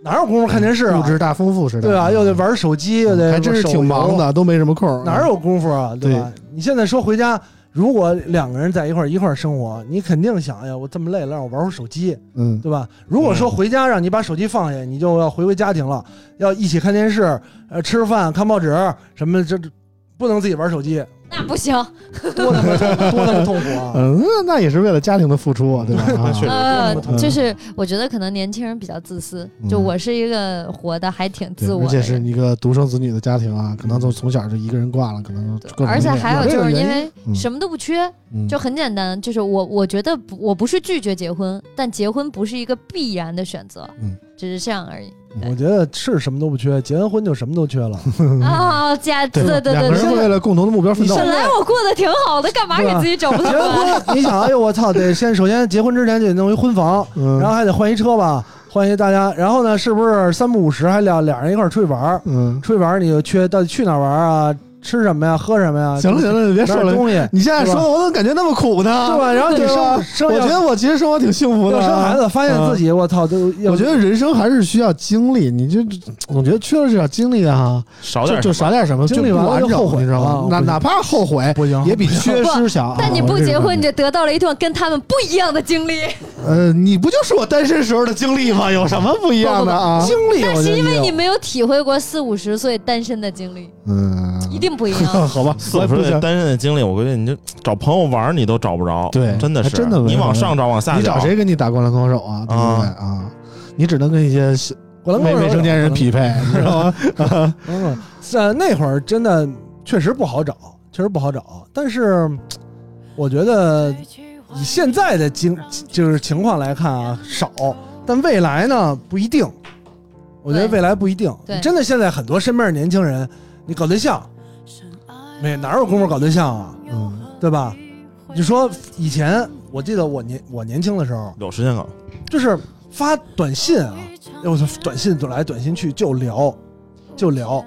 Speaker 5: 哪有功夫看电视
Speaker 3: 物
Speaker 5: 啊？
Speaker 3: 质大丰富时代，
Speaker 5: 对吧？又得玩手机，又得
Speaker 3: 嗯还真是挺忙
Speaker 5: 手游，啊
Speaker 3: 的，都没什么空儿。
Speaker 5: 哪有功夫啊？对吧？你现在说回家。如果两个人在一块儿一块儿生活，你肯定想，哎呀，我这么累了，让我玩会儿手机，
Speaker 3: 嗯
Speaker 5: 对吧？如果说回家让你把手机放下，你就要回归家庭了，要一起看电视、呃吃饭、看报纸什么这，这不能自己玩手机，
Speaker 2: 那不行，
Speaker 5: 多他妈痛多他妈痛苦 啊！
Speaker 3: 嗯，那那也是为了家庭的付出， 对吧？啊
Speaker 6: 那确实
Speaker 2: 呃
Speaker 3: 嗯，
Speaker 2: 就是我觉得可能年轻人比较自私，就
Speaker 3: 嗯
Speaker 2: 我是一个活的还挺
Speaker 3: 对
Speaker 2: 自我
Speaker 3: 而
Speaker 2: 的
Speaker 3: 且是
Speaker 2: 人，
Speaker 3: 一个独生子女的家庭啊，可
Speaker 5: 嗯
Speaker 3: 能从从小就一个人惯了，可能就各种
Speaker 2: 而且
Speaker 3: 原因
Speaker 2: 还有
Speaker 5: 有这
Speaker 2: 就
Speaker 5: 个
Speaker 2: 是因
Speaker 5: 原
Speaker 2: 为
Speaker 3: 嗯
Speaker 2: 什么都不缺，
Speaker 3: 嗯
Speaker 2: 就很简单，就是我我觉得不我不是拒绝结婚，但结婚不是一个必然的选择
Speaker 3: 嗯，
Speaker 2: 只是这样而已。
Speaker 5: 我觉得是什么都不缺，结完婚就什么都缺了。
Speaker 2: 啊，家对对对
Speaker 3: 嗯两个人
Speaker 2: 对，
Speaker 3: 为了共同的目标奋斗
Speaker 5: 你，
Speaker 2: 本来我过得挺好的，干嘛给自己找不
Speaker 5: 结
Speaker 2: 到啊？
Speaker 5: 婚，你想，哎呦我操，得先首先结婚之前就得弄一婚房，
Speaker 3: 嗯，
Speaker 5: 然后还得换一车吧，换一大家，然后呢，是不是三不五时还俩俩人一块儿出去玩儿？
Speaker 3: 嗯，
Speaker 5: 出去玩儿你就缺到底去哪儿玩儿啊？吃什么呀？喝什么呀？
Speaker 3: 行了行了，你别
Speaker 5: 哪
Speaker 3: 说
Speaker 5: 儿有
Speaker 3: 了，
Speaker 5: 东西
Speaker 3: 你现在说的我怎么感觉那么苦呢？
Speaker 5: 对吧？然后你
Speaker 3: 对吧
Speaker 5: 生生
Speaker 3: 我
Speaker 5: 啊要
Speaker 3: 觉得我其实生活挺幸福的啊，
Speaker 5: 要生孩子，发现自己我操都要，
Speaker 3: 我觉得人生还是需要经历，你就总觉得缺了这点经历啊，
Speaker 6: 少
Speaker 3: 就
Speaker 6: 点
Speaker 3: 就
Speaker 6: 什
Speaker 3: 少
Speaker 6: 么
Speaker 3: 点什么，
Speaker 5: 经历完
Speaker 3: 就不完
Speaker 5: 了就
Speaker 3: 整
Speaker 5: 后悔
Speaker 3: 你知道吗？
Speaker 5: 啊
Speaker 3: 哪
Speaker 5: 不行
Speaker 3: 哪怕后悔，
Speaker 5: 不行，
Speaker 3: 也比缺失强。
Speaker 2: 但你
Speaker 3: 啊
Speaker 2: 不结婚，你，
Speaker 3: 我
Speaker 2: 就得到了一段跟他们不一样的经历，
Speaker 3: 这个呃，你不就是我单身时候的经历吗？有什么不一样的 啊？
Speaker 5: 经历
Speaker 2: 但
Speaker 5: 我觉
Speaker 2: 是
Speaker 5: 得
Speaker 2: 因为
Speaker 5: 也
Speaker 2: 你
Speaker 5: 有
Speaker 2: 没有体会过四五十岁单身的经历，一
Speaker 3: 嗯，
Speaker 2: 定不一样。
Speaker 3: 好吧，
Speaker 6: 四
Speaker 3: 我也
Speaker 6: 五
Speaker 3: 不
Speaker 6: 十岁
Speaker 3: 想。
Speaker 6: 单身的经历，我估计你就找朋友玩儿你都找不着，
Speaker 3: 对
Speaker 6: 真的
Speaker 3: 还
Speaker 6: 是，
Speaker 3: 真的没
Speaker 6: 你
Speaker 3: 有
Speaker 6: 往上找，
Speaker 5: 啊
Speaker 6: 往下
Speaker 3: 你找谁跟你打灌篮高手啊？对不对
Speaker 6: 啊
Speaker 3: 啊？你只能跟一些小
Speaker 5: 我能
Speaker 3: 未
Speaker 5: 够
Speaker 3: 未成年人匹配，你知 道吗？
Speaker 5: 嗯，在那会儿真的确实不好找，确实不好找。但是我觉得呃以现在的经就是情况来看啊，少，但未来呢不一定。我觉得
Speaker 2: 对
Speaker 5: 未来不一定
Speaker 2: 对，
Speaker 5: 真的现在很多身边的年轻人，你搞对象，没哪有功夫搞对象啊，
Speaker 3: 嗯
Speaker 5: 对吧？你就说以前，我记得我年我年轻的时候，
Speaker 6: 有时间搞，
Speaker 5: 就是发短信啊，哎我操，短信就来短信去就聊，就聊，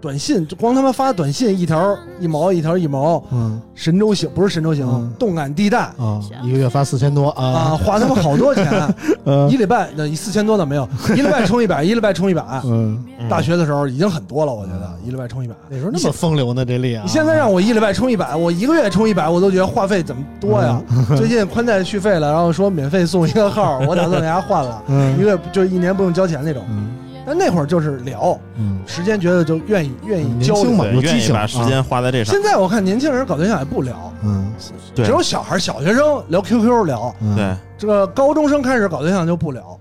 Speaker 5: 短信就光他妈发短信一条一毛一条一毛，
Speaker 3: 嗯
Speaker 5: 神州行不是神州行，
Speaker 3: 嗯
Speaker 5: 动感地带
Speaker 3: 啊，一个月发四千多
Speaker 5: 啊，
Speaker 3: 啊，
Speaker 5: 花他妈好多 钱，啊
Speaker 3: 嗯
Speaker 5: 一礼拜那四千多倒没有，一礼拜充一百，一礼拜充一百。
Speaker 3: 嗯，
Speaker 5: 大学的时候已经很多了，我觉得一礼拜充一百。
Speaker 3: 那时候那么风流呢，这力啊！
Speaker 5: 你现在让我一礼拜充一百，我一个月充一百，我都觉得话费怎么多呀？最近宽带续费了，然后说免费送一个号，我打算给大家换了，一
Speaker 3: 嗯
Speaker 5: 个月就是一年不用交钱那种。
Speaker 3: 嗯
Speaker 5: 但那会儿就是聊，
Speaker 3: 嗯，
Speaker 5: 时间觉得就愿意愿意
Speaker 3: 年
Speaker 5: 交
Speaker 3: 轻
Speaker 5: 流
Speaker 3: 嘛。有
Speaker 6: 对，
Speaker 3: 激
Speaker 6: 愿意
Speaker 3: 情啊
Speaker 6: 把时间花在这上
Speaker 5: 现，在我看年轻人搞对象也不聊，
Speaker 3: 嗯
Speaker 6: 对
Speaker 5: 只有小孩小学生聊 QQ 聊，
Speaker 3: 嗯
Speaker 6: 对，
Speaker 5: 这个高中生开始搞对象就不聊，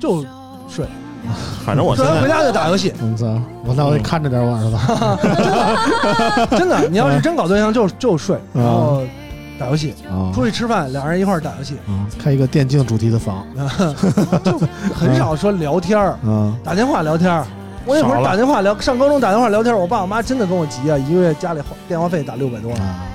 Speaker 5: 就睡，
Speaker 6: 反正我
Speaker 5: 睡
Speaker 6: 现
Speaker 5: 完回
Speaker 6: 在
Speaker 5: 家就打游戏。
Speaker 3: 我操！我那我
Speaker 5: 嗯
Speaker 3: 得看着点我儿子。
Speaker 5: 真的，你要是真搞对象就就睡，然后打游戏，
Speaker 3: 啊
Speaker 5: 出去吃饭，两人一块儿打游戏，
Speaker 3: 开一个电竞主题的房。
Speaker 5: 就很少说聊天儿，
Speaker 3: 嗯
Speaker 5: 打电话聊天儿。我那会
Speaker 6: 少
Speaker 5: 儿
Speaker 6: 了
Speaker 5: 打电话聊，上高中打电话聊天儿，我爸我妈真的跟我急啊，一个月家里花电话费打六百多。
Speaker 3: 啊，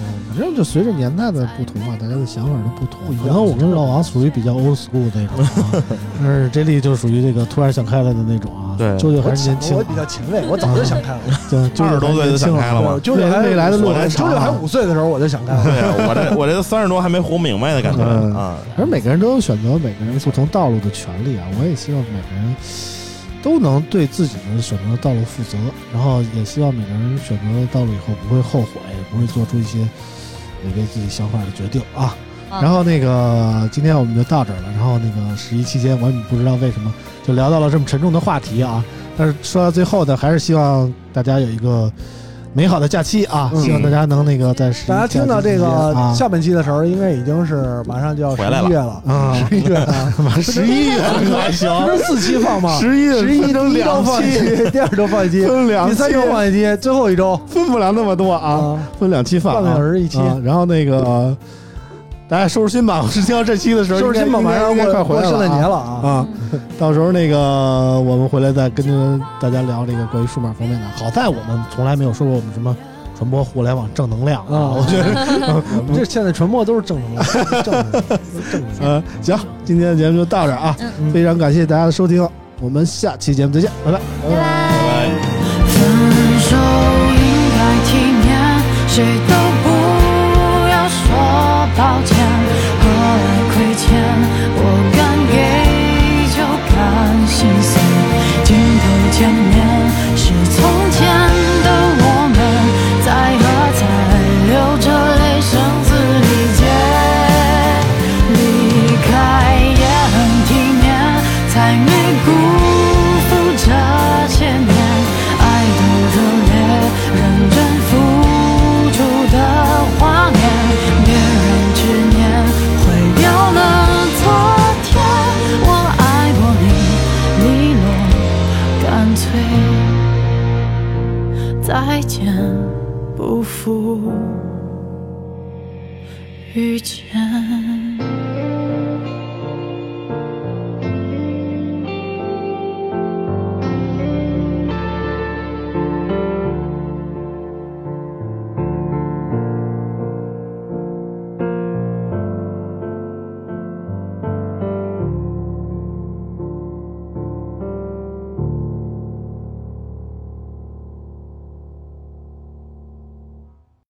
Speaker 3: 嗯反正就随着年代的不同嘛，大家的想法都不同。
Speaker 5: 不一样
Speaker 3: 然后我跟老王属于比较 old school 那种 啊，但是这力就属于这个突然想开了的那种啊。
Speaker 6: 对
Speaker 3: 舅舅还
Speaker 5: 我
Speaker 3: 是年轻
Speaker 5: 我，比较前卫，我早就想开了。
Speaker 3: 对，舅舅
Speaker 6: 二十多岁就想开了嘛
Speaker 5: 对，就是 还
Speaker 3: 未来的路
Speaker 5: 我
Speaker 3: 还
Speaker 5: 周
Speaker 3: 长
Speaker 5: 六
Speaker 3: 啊
Speaker 5: 还五岁的时候我就想干了。
Speaker 6: 对啊我这我这都三十多还没活明白的感觉
Speaker 3: 嗯
Speaker 6: 啊，
Speaker 3: 而每个人都有选择每个人不同道路的权利啊！我也希望每个人都能对自己的选择的道路负责，然后也希望每个人选择的道路以后不会后悔，也不会做出一些违背自己想法的决定啊。
Speaker 2: 啊
Speaker 3: 然后那个今天我们就到这儿了，然后那个十一期间我也不知道为什么就聊到了这么沉重的话题啊，但是说到最后呢，还是希望大家有一个美好的假期啊！
Speaker 5: 嗯
Speaker 3: 希望大家能那个在十一
Speaker 5: 大家听 到这个
Speaker 3: 假期啊期
Speaker 5: 下半期的时候，应该已经是马上就要十
Speaker 6: 回来了
Speaker 5: 一月了，
Speaker 3: 间 啊
Speaker 5: 十一 月
Speaker 3: 啊，十一
Speaker 5: 啊，
Speaker 3: 啊月还行。
Speaker 5: 不是四期放吗？
Speaker 3: 啊一
Speaker 5: 十一
Speaker 3: 周
Speaker 5: 第一周放一期， 第二周放一期，
Speaker 3: 分 两
Speaker 5: 第
Speaker 3: 期
Speaker 5: 三周放一期，最后一周
Speaker 3: 分不了那么多啊，
Speaker 5: 啊，
Speaker 3: 分两期放啊，
Speaker 5: 半个小时一期
Speaker 3: 啊然后那个大家收拾心吧，我是听到这期的时候
Speaker 5: 收拾心吧，
Speaker 3: 应该
Speaker 5: 马上
Speaker 3: 应该快
Speaker 5: 过
Speaker 3: 回
Speaker 5: 过
Speaker 3: 来
Speaker 5: 圣诞节
Speaker 3: 啊
Speaker 5: 了啊。
Speaker 3: 啊！到时候那个我们回来再跟着大家聊这个关于数码方面的。好在我们从来没有说过我们什么传播互联网正能量啊，
Speaker 5: 啊
Speaker 3: 我觉得
Speaker 5: 我们这现在传播都是正能量，都是正能 量，都是正能量。
Speaker 3: 呃行，今天的节目就到这儿啊，
Speaker 5: 嗯
Speaker 3: 非常感谢大家的收听，我们下期节目再见，拜拜。
Speaker 2: 拜拜。
Speaker 6: 对。
Speaker 8: 分手应该体面，谁都不要说抱歉，何来亏欠？我敢给就敢心酸，镜头前面是从前的我们，在喝彩，流着泪，声嘶力竭离开也很体面，才没辜负这些年。爱的热烈，认真付出的画面，别让执念毁掉了昨天。我爱过你，利落，干脆再见，不负遇见。